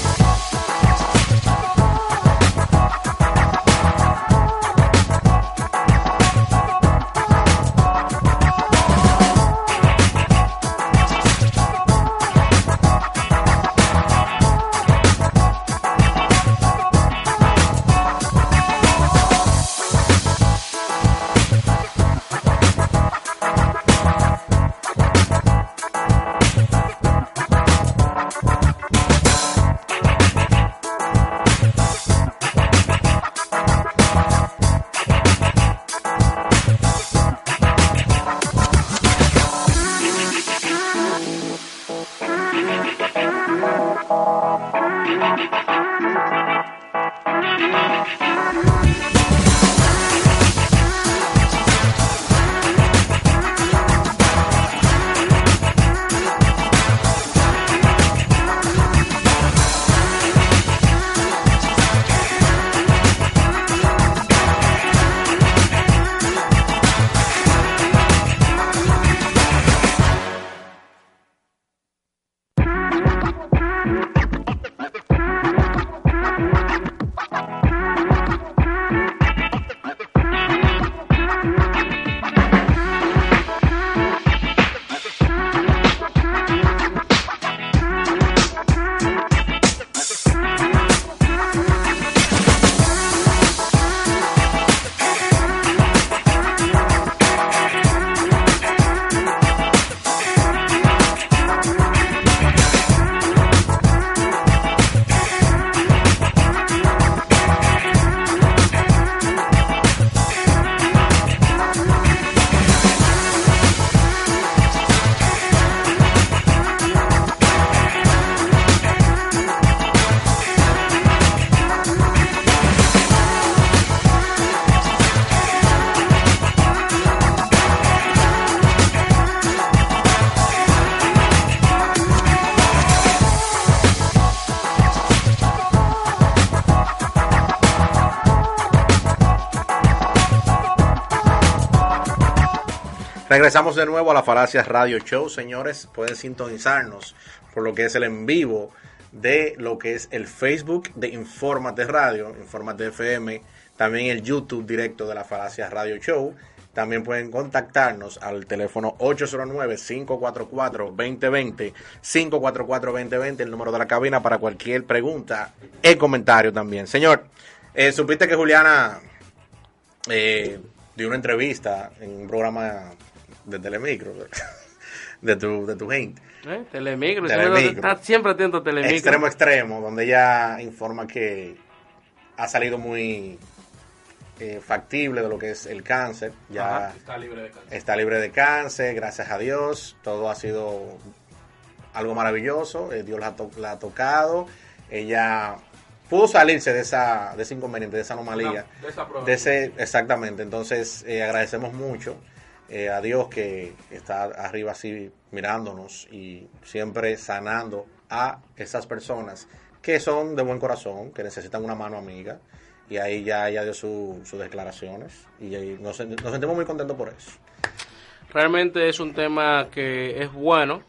[SPEAKER 3] Regresamos de nuevo a la Falacia Radio Show, señores. Pueden sintonizarnos por lo que es el en vivo de lo que es el Facebook de Infórmate Radio, Infórmate FM, también el YouTube directo de la Falacia Radio Show. También pueden contactarnos al teléfono 809-544-2020, 544-2020, el número de la cabina para cualquier pregunta y comentario también. Señor, eh, supiste que Juliana eh, dio una entrevista en un programa de Telemicro, de tu, de tu gente.
[SPEAKER 4] ¿Eh? Telemicro,
[SPEAKER 3] Telemicro.
[SPEAKER 4] siempre- está siempre atento a Telemicro.
[SPEAKER 3] Extremo Extremo, donde ella informa que ha salido muy eh, factible de lo que es el cáncer. Ya
[SPEAKER 4] Ajá.
[SPEAKER 5] Está libre de cáncer.
[SPEAKER 3] está libre de cáncer, gracias a Dios. Todo ha sido algo maravilloso. eh, Dios la, ha to- la ha tocado. Ella pudo salirse de, esa, de ese inconveniente, de esa anomalía.
[SPEAKER 5] Una- de esa prueba.
[SPEAKER 3] De ese, exactamente. Entonces, eh, agradecemos mucho eh, a Dios que está arriba así mirándonos y siempre sanando a esas personas que son de buen corazón, que necesitan una mano amiga. Y ahí ya ella dio su- sus declaraciones y ahí nos, sen- nos sentimos muy contentos por eso.
[SPEAKER 4] Realmente es un tema que es bueno,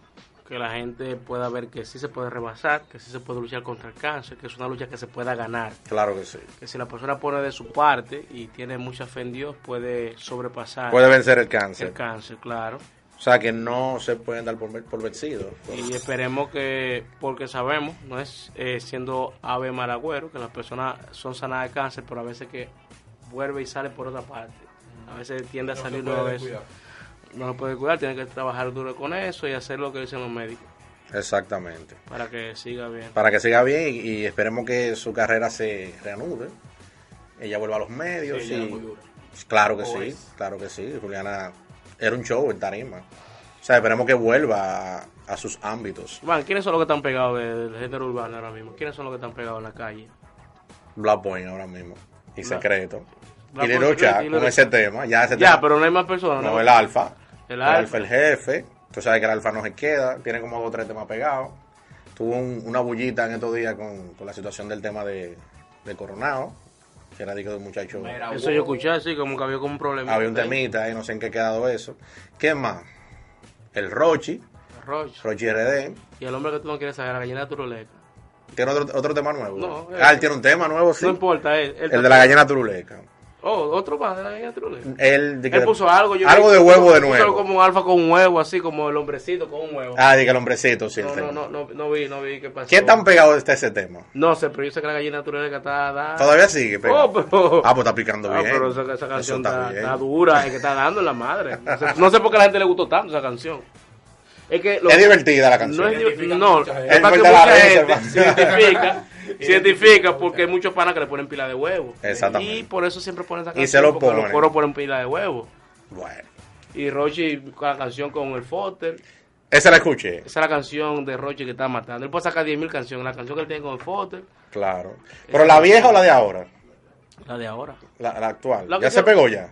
[SPEAKER 4] que la gente pueda ver que sí se puede rebasar, que sí se puede luchar contra el cáncer, que es una lucha que se pueda ganar.
[SPEAKER 3] Claro que sí.
[SPEAKER 4] Que si la persona pone de su parte y tiene mucha fe en Dios, puede sobrepasar
[SPEAKER 3] Puede vencer el
[SPEAKER 4] Ah. el
[SPEAKER 3] cáncer.
[SPEAKER 4] cáncer, claro.
[SPEAKER 3] O sea que no se pueden dar por, ve- por vencidos.
[SPEAKER 4] Y esperemos que, porque sabemos, no es eh, siendo ave malagüero, que las personas son sanadas de cáncer, pero a veces que vuelve y sale por otra parte. A veces tiende a
[SPEAKER 5] No se
[SPEAKER 4] salir
[SPEAKER 5] puede
[SPEAKER 4] nueva vez.
[SPEAKER 5] descuidar.
[SPEAKER 4] No lo puede cuidar, tiene que trabajar duro con eso y hacer lo que dicen los médicos
[SPEAKER 3] Exactamente.
[SPEAKER 4] para que siga bien.
[SPEAKER 3] para que siga bien y, y esperemos que su carrera se reanude. Ella vuelva a los medios.
[SPEAKER 5] Sí, ella
[SPEAKER 3] y-
[SPEAKER 5] era muy dura.
[SPEAKER 3] claro que
[SPEAKER 5] O
[SPEAKER 3] sí,
[SPEAKER 5] es.
[SPEAKER 3] claro que sí. Juliana era un show en tarima. O sea, esperemos que vuelva a, a sus ámbitos.
[SPEAKER 4] Van, ¿quiénes son los que están pegados de- del género urbano ahora mismo? ¿Quiénes son los que están pegados en la calle?
[SPEAKER 3] Black Point ahora mismo. Y
[SPEAKER 4] Black-
[SPEAKER 3] Secreto.
[SPEAKER 4] Black
[SPEAKER 3] y
[SPEAKER 4] Point,
[SPEAKER 3] Little
[SPEAKER 4] Secreto
[SPEAKER 3] Chat
[SPEAKER 4] y
[SPEAKER 3] con
[SPEAKER 4] Little
[SPEAKER 3] ese
[SPEAKER 4] Chat.
[SPEAKER 3] tema. Ya ese
[SPEAKER 4] Ya,
[SPEAKER 3] tema.
[SPEAKER 4] pero no hay más personas.
[SPEAKER 3] No, el Alfa.
[SPEAKER 4] El
[SPEAKER 3] El Alfa,
[SPEAKER 4] Alfa.
[SPEAKER 3] el jefe. Tú sabes que el Alfa no se queda. Tiene como dos o tres temas pegados. Tuvo un- una bullita en estos días con, con la situación del tema de, de Coronado. Que era digo de un muchacho.
[SPEAKER 5] Mira,
[SPEAKER 4] Eso yo escuché así, como que había como un problema.
[SPEAKER 3] Había un temita ahí, no sé en qué ha quedado eso. ¿Qué más? El Rochi,
[SPEAKER 4] Roche.
[SPEAKER 3] Rochi RD.
[SPEAKER 4] Y el hombre que tú no quieres saber, la gallina turuleca.
[SPEAKER 3] ¿Tiene otro, otro tema nuevo?
[SPEAKER 4] No,
[SPEAKER 3] ah,
[SPEAKER 4] eh,
[SPEAKER 3] él tiene un tema nuevo, sí.
[SPEAKER 4] No importa, él. él
[SPEAKER 3] el de la gallina turuleca.
[SPEAKER 4] Oh, otro más de la gallina turuleca.
[SPEAKER 3] Él, de que-
[SPEAKER 4] Él puso algo. yo-
[SPEAKER 3] algo de
[SPEAKER 4] yo-
[SPEAKER 3] huevo de
[SPEAKER 4] puso
[SPEAKER 3] nuevo.
[SPEAKER 4] Como un alfa con un huevo, así como el hombrecito con un huevo.
[SPEAKER 3] Ah, diga el hombrecito, sí. el
[SPEAKER 4] no,
[SPEAKER 3] tema.
[SPEAKER 4] no, no, no, no vi, no vi qué pasó.
[SPEAKER 3] ¿Qué tan pegado está ese tema?
[SPEAKER 4] No sé, pero yo sé que la gallina turuleca está... da-
[SPEAKER 3] Todavía sigue, pegado?
[SPEAKER 4] Oh, pero-
[SPEAKER 3] Ah, pues está picando
[SPEAKER 4] Ah,
[SPEAKER 3] bien.
[SPEAKER 4] pero esa, esa
[SPEAKER 3] Eso
[SPEAKER 4] canción
[SPEAKER 3] está
[SPEAKER 4] está,
[SPEAKER 3] bien.
[SPEAKER 4] está dura, es que está dando en la madre. No sé, no sé por qué a la gente le gustó tanto esa canción. Es que lo-
[SPEAKER 3] Es divertida la canción.
[SPEAKER 4] No, es, di-
[SPEAKER 5] Identifica
[SPEAKER 4] no,
[SPEAKER 5] mucha gente.
[SPEAKER 4] es para que
[SPEAKER 3] Él corta
[SPEAKER 4] mucha
[SPEAKER 3] la risa,
[SPEAKER 4] gente
[SPEAKER 3] hermano.
[SPEAKER 4] se identifica, se identifica porque hay muchos panas que le ponen pila de huevo.
[SPEAKER 3] Exactamente.
[SPEAKER 4] Y por eso siempre ponen esa
[SPEAKER 3] Y
[SPEAKER 4] canción.
[SPEAKER 3] se lo
[SPEAKER 4] porque los
[SPEAKER 3] ponen.
[SPEAKER 4] coros ponen pila de huevo.
[SPEAKER 3] Bueno,
[SPEAKER 4] Y Rochi con la canción con el Foster.
[SPEAKER 3] esa la escuché.
[SPEAKER 4] Esa es la canción de Rochi que está matando. Él puede sacar 10.000 canciones. La canción que él tiene con el Foster,
[SPEAKER 3] Claro. Pero la vieja o la de ahora?
[SPEAKER 4] la de ahora.
[SPEAKER 3] La, la actual.
[SPEAKER 4] La que
[SPEAKER 3] ya
[SPEAKER 4] sea-
[SPEAKER 3] se pegó ya.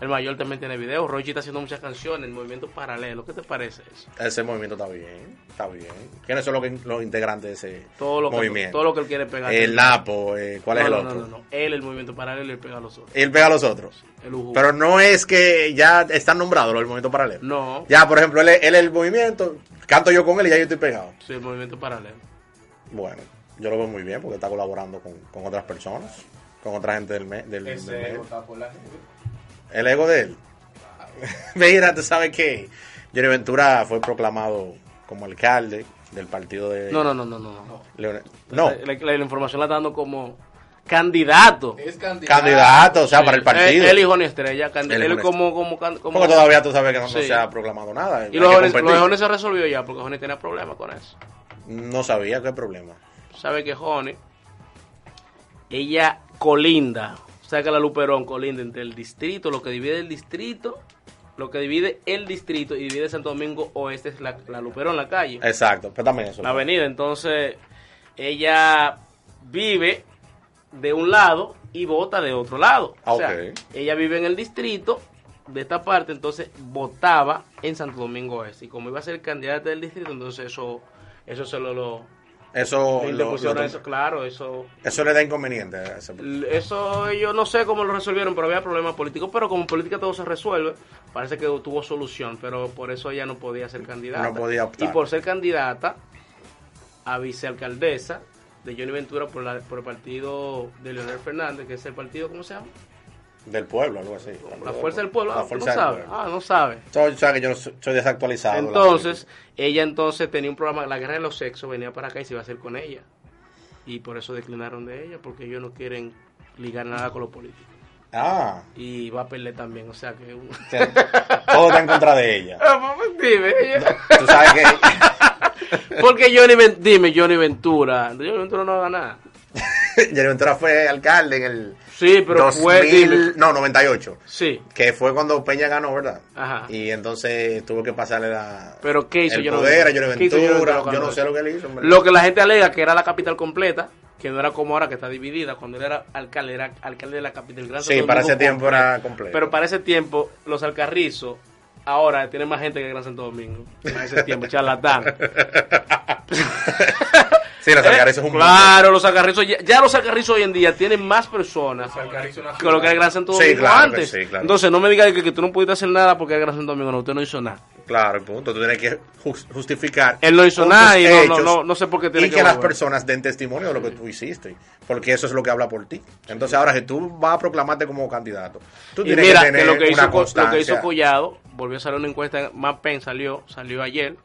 [SPEAKER 4] El mayor también tiene video. Rochi está haciendo muchas canciones, el movimiento paralelo. ¿Qué te parece eso?
[SPEAKER 3] Ese movimiento está bien, está bien. ¿Quiénes son los, que- los integrantes de ese
[SPEAKER 4] Todo lo que,
[SPEAKER 3] movimiento?
[SPEAKER 4] Todo lo que él quiere pegar.
[SPEAKER 3] El Napo, eh, ¿cuál es
[SPEAKER 4] No,
[SPEAKER 3] el
[SPEAKER 4] no,
[SPEAKER 3] otro?
[SPEAKER 4] No, no, no. Él, el movimiento paralelo, y él pega a los otros.
[SPEAKER 3] Él pega a los otros.
[SPEAKER 4] El ujú.
[SPEAKER 3] Pero no es que ya están nombrados los del movimiento paralelo.
[SPEAKER 4] No.
[SPEAKER 3] Ya, por ejemplo, él, es- él es el movimiento, canto yo con él y ya yo estoy pegado.
[SPEAKER 4] Sí, el movimiento paralelo.
[SPEAKER 3] Bueno, yo lo veo muy bien porque está colaborando con, con otras personas, con otra gente del, me- del, del
[SPEAKER 5] Ese
[SPEAKER 3] medio.
[SPEAKER 5] ego está eh, por la nube.
[SPEAKER 3] El ego de él. Mira, tú sabes que Johnny Ventura fue proclamado como alcalde del partido de...
[SPEAKER 4] No, no, no, no, no.
[SPEAKER 3] Leone- No,
[SPEAKER 4] La, la- la información la está dando como candidato.
[SPEAKER 5] Es candidato.
[SPEAKER 3] candidato, o sea, para el partido.
[SPEAKER 4] eh, Él, él y Johnny Estrella. candi-
[SPEAKER 3] Él y
[SPEAKER 4] Él,
[SPEAKER 3] Johnny
[SPEAKER 4] como, como, can- como-
[SPEAKER 3] Porque todavía tú sabes que no, no
[SPEAKER 4] Sí.
[SPEAKER 3] se ha proclamado nada. hay
[SPEAKER 4] Y los
[SPEAKER 3] que
[SPEAKER 4] jóvenes, los
[SPEAKER 3] competir.
[SPEAKER 4] jóvenes se resolvió ya porque Johnny tenía problemas con eso.
[SPEAKER 3] No sabía qué problema.
[SPEAKER 4] sabe que Jone, ella colinda, saca la Luperón, colinda entre el distrito, lo que divide el distrito, lo que divide el distrito y divide Santo Domingo Oeste es la, la Luperón, la calle,
[SPEAKER 3] Exacto, pero también eso.
[SPEAKER 4] la avenida. Entonces, ella vive de un lado y vota de otro lado.
[SPEAKER 3] Ah,
[SPEAKER 4] o sea,
[SPEAKER 3] ok.
[SPEAKER 4] ella vive en el distrito de esta parte, entonces votaba en Santo Domingo Este. Y como iba a ser candidato del distrito, entonces eso, eso se lo... lo
[SPEAKER 3] Eso,
[SPEAKER 4] le
[SPEAKER 3] Oh, lo-
[SPEAKER 4] pusieron
[SPEAKER 3] lo-
[SPEAKER 4] eso, claro, eso...
[SPEAKER 3] eso le da inconveniente. a ese-
[SPEAKER 4] Eso yo no sé cómo lo resolvieron, pero había problemas políticos, pero como en política todo se resuelve, parece que tuvo solución, pero por eso ella no podía ser candidata.
[SPEAKER 3] No podía optar.
[SPEAKER 4] Y por ser candidata a vicealcaldesa de Johnny Ventura por, la, por el partido de Leonel Fernández, que es el partido, ¿cómo se llama?
[SPEAKER 3] Del pueblo, algo así.
[SPEAKER 4] La Fuerza del Pueblo. Ah,
[SPEAKER 3] La
[SPEAKER 4] ¿tú
[SPEAKER 3] fuerza
[SPEAKER 4] no
[SPEAKER 3] del
[SPEAKER 4] sabe.
[SPEAKER 3] pueblo.
[SPEAKER 4] Ah, no sabe.
[SPEAKER 3] So- o sea, que yo no soy soy desactualizado. la
[SPEAKER 4] Entonces, ella entonces tenía un programa, La Guerra de los Sexos, venía para acá y se iba a hacer con ella. Y por eso declinaron de ella, porque ellos no quieren ligar nada con los políticos.
[SPEAKER 3] política. Ah,
[SPEAKER 4] y va a perder también, o sea que...
[SPEAKER 3] o sea, todo está en contra de ella.
[SPEAKER 4] Ah, pues, dime, ella-
[SPEAKER 3] Tú sabes que
[SPEAKER 4] Porque Johnny, Ven- dime, Johnny Ventura, Johnny Ventura no va a ganar.
[SPEAKER 3] Jenny Ventura fue alcalde en el
[SPEAKER 4] Sí, pero fue,
[SPEAKER 3] 2000
[SPEAKER 4] dime.
[SPEAKER 3] no, 98,
[SPEAKER 4] Sí,
[SPEAKER 3] que fue cuando Peña ganó, ¿verdad?
[SPEAKER 4] Ajá.
[SPEAKER 3] Y entonces tuvo que pasarle la
[SPEAKER 4] pero ¿qué hizo
[SPEAKER 3] el
[SPEAKER 4] Johnny
[SPEAKER 3] poder a
[SPEAKER 4] Ventura?
[SPEAKER 3] Johnny
[SPEAKER 4] ¿Qué hizo
[SPEAKER 3] Ventura.
[SPEAKER 4] cuando
[SPEAKER 3] Yo no
[SPEAKER 4] eso?
[SPEAKER 3] sé lo que él hizo. en verdad.
[SPEAKER 4] Lo que la gente alega que era la capital completa, que no era como ahora que está dividida, cuando él era alcalde, era alcalde de la capital gran
[SPEAKER 3] sí,
[SPEAKER 4] Santo
[SPEAKER 3] para
[SPEAKER 4] Domingo
[SPEAKER 3] ese tiempo
[SPEAKER 4] completo.
[SPEAKER 3] era completo.
[SPEAKER 4] Pero para ese tiempo, los alcarrizos ahora tienen más gente que Gran Santo Domingo. En ese tiempo, charlatán.
[SPEAKER 3] sí, la sacar
[SPEAKER 4] Eh,
[SPEAKER 3] eso es un
[SPEAKER 4] Claro, los alcarrizos, ya, ya los alcarrizos hoy en día tienen más personas
[SPEAKER 5] Los Alcarrizos es una
[SPEAKER 4] que lo que era el Gran Santo
[SPEAKER 3] Sí,
[SPEAKER 4] Domingo
[SPEAKER 3] claro que
[SPEAKER 4] antes.
[SPEAKER 3] sí, claro.
[SPEAKER 4] Entonces, no me digas que, que tú no pudiste hacer nada porque el Gran Santo Domingo no, usted no hizo nada.
[SPEAKER 3] Claro, el punto. Tú tienes que jus- justificar.
[SPEAKER 4] Él no hizo
[SPEAKER 3] con
[SPEAKER 4] nada
[SPEAKER 3] tus
[SPEAKER 4] y no- no-
[SPEAKER 3] hechos
[SPEAKER 4] no- no sé por qué tiene
[SPEAKER 3] Y
[SPEAKER 4] que
[SPEAKER 3] que, las
[SPEAKER 4] volver.
[SPEAKER 3] personas den testimonio de lo que tú hiciste. Porque eso es lo que habla por ti. Entonces, ahora, si tú vas a proclamarte como candidato, tú
[SPEAKER 4] Y
[SPEAKER 3] tienes
[SPEAKER 4] mira,
[SPEAKER 3] que tener
[SPEAKER 4] que lo, que
[SPEAKER 3] una
[SPEAKER 4] hizo, Co- lo que
[SPEAKER 3] constancia.
[SPEAKER 4] hizo Collado, volvió a salir una encuesta, Mappen salió, salió ayer,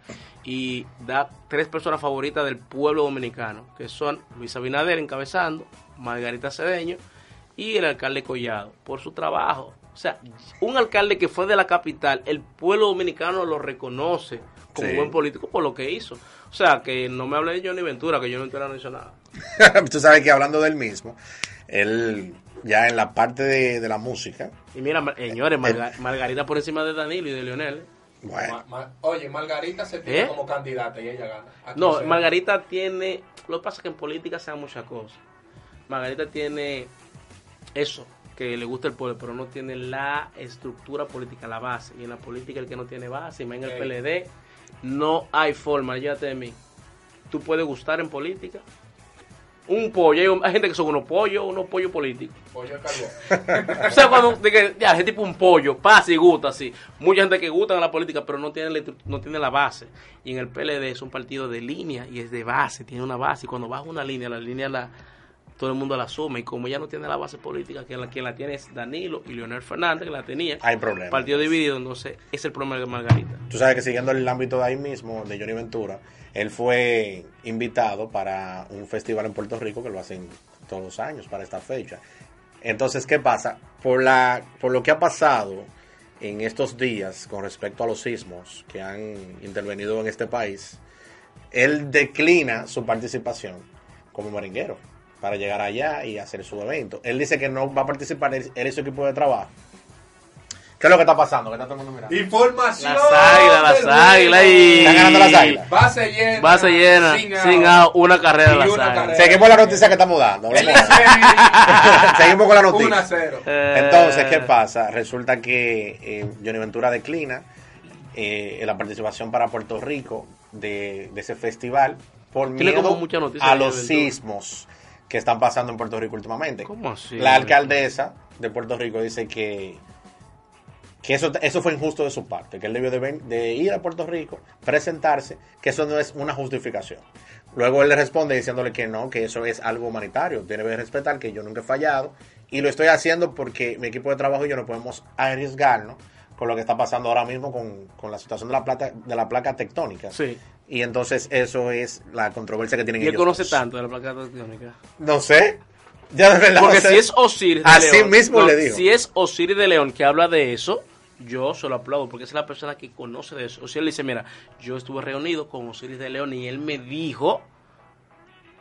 [SPEAKER 4] y da tres personas favoritas del pueblo dominicano, que son Luis Abinader encabezando, Margarita Cedeño y el alcalde Collado, por su trabajo. O sea, un alcalde que fue de la capital, el pueblo dominicano lo reconoce como
[SPEAKER 3] Sí.
[SPEAKER 4] buen político por lo que hizo. O sea, que no me hable de Johnny Ventura, que Johnny Ventura no hizo nada.
[SPEAKER 3] tú sabes que hablando del mismo, él ya en la parte de, de la música,
[SPEAKER 4] Y mira, ma-
[SPEAKER 3] Eh,
[SPEAKER 4] señores, Marga- Margarita por encima de Danilo y de ¿eh? Leonel.
[SPEAKER 3] bueno,
[SPEAKER 5] Ma- ma- oye, Margarita se tira
[SPEAKER 4] ¿Eh?
[SPEAKER 5] como candidata y ella gana. Aquí
[SPEAKER 4] No,
[SPEAKER 5] se-
[SPEAKER 4] Margarita tiene. Lo que pasa es que en política se dan muchas cosas. Margarita tiene eso, que le gusta el pueblo, pero no tiene la estructura política, la base. Y en la política, el que no tiene base, y más en el
[SPEAKER 5] Ey.
[SPEAKER 4] PLD, no hay forma. Llévate de mí. Tú puedes gustar en política. Un pollo, hay, un- hay gente que son unos pollos, unos pollos políticos.
[SPEAKER 5] Pollo de carbón.
[SPEAKER 4] O sea, cuando de que, ya, es tipo un pollo, pasa y gusta, así. Mucha gente que gusta en la política, pero no tiene, la estru- no tiene la base. Y en el PLD es un partido de línea y es de base, tiene una base. Y cuando baja una línea, la línea la todo el mundo la asume. Y como ya no tiene la base política, que la, que la tiene es Danilo y Leonel Fernández, que la tenía.
[SPEAKER 3] hay problemas.
[SPEAKER 4] Partido dividido, entonces es el problema de Margarita.
[SPEAKER 3] Tú sabes que siguiendo el ámbito de ahí mismo, de Johnny Ventura, él fue invitado para un festival en Puerto Rico que lo hacen todos los años para esta fecha. Entonces, ¿qué pasa? Por, la, por lo que ha pasado en estos días con respecto a los sismos que han intervenido en este país, él declina su participación como merenguero para llegar allá y hacer su evento. Él dice que no va a participar él él y su equipo de trabajo. ¿Qué es lo que está pasando? ¿Qué está todo el mundo mirando?
[SPEAKER 5] Información.
[SPEAKER 4] Las águilas, las
[SPEAKER 5] del
[SPEAKER 4] águilas.
[SPEAKER 5] mundo.
[SPEAKER 4] Y...
[SPEAKER 3] Están ganando las águilas.
[SPEAKER 5] Base llena.
[SPEAKER 4] Base llena, sin, out, una carrera
[SPEAKER 5] Y
[SPEAKER 4] las
[SPEAKER 5] una
[SPEAKER 4] águilas.
[SPEAKER 5] carrera.
[SPEAKER 3] Seguimos la noticia que estamos dando. Vamos. Seguimos con la
[SPEAKER 5] 1 a
[SPEAKER 3] noticia.
[SPEAKER 5] 0.
[SPEAKER 4] Eh,
[SPEAKER 3] Entonces, ¿qué pasa? Resulta que eh, Johnny Ventura declina eh, la participación para Puerto Rico de, de ese festival por
[SPEAKER 4] Tiene
[SPEAKER 3] miedo
[SPEAKER 4] como mucha noticia
[SPEAKER 3] a
[SPEAKER 4] de
[SPEAKER 3] los
[SPEAKER 4] Johnny Ventura.
[SPEAKER 3] sismos que están pasando en Puerto Rico últimamente.
[SPEAKER 4] ¿Cómo así?
[SPEAKER 3] La alcaldesa de Puerto Rico dice que, que eso, eso fue injusto de su parte, que él debió de, ven- de ir a Puerto Rico, presentarse, que eso no es una justificación. Luego él le responde diciéndole que no, que eso es algo humanitario, tiene que respetar que yo nunca he fallado y lo estoy haciendo porque mi equipo de trabajo y yo no podemos arriesgarnos con lo que está pasando ahora mismo con, con la situación de la, plata, de la placa tectónica.
[SPEAKER 4] Sí.
[SPEAKER 3] Y entonces eso es la controversia que tienen
[SPEAKER 4] Y él
[SPEAKER 3] ellos
[SPEAKER 4] conoce
[SPEAKER 3] dos.
[SPEAKER 4] tanto de la placa tectónica.
[SPEAKER 3] No sé. Ya de verdad no
[SPEAKER 4] Porque
[SPEAKER 3] sé.
[SPEAKER 4] si es Osiris de
[SPEAKER 3] Así
[SPEAKER 4] León.
[SPEAKER 3] mismo
[SPEAKER 4] no,
[SPEAKER 3] le digo.
[SPEAKER 4] Si es Osiris de León que habla de eso, yo se lo aplaudo porque es la persona que conoce de eso. Osiris le dice, mira, yo estuve reunido con Osiris de León y él me dijo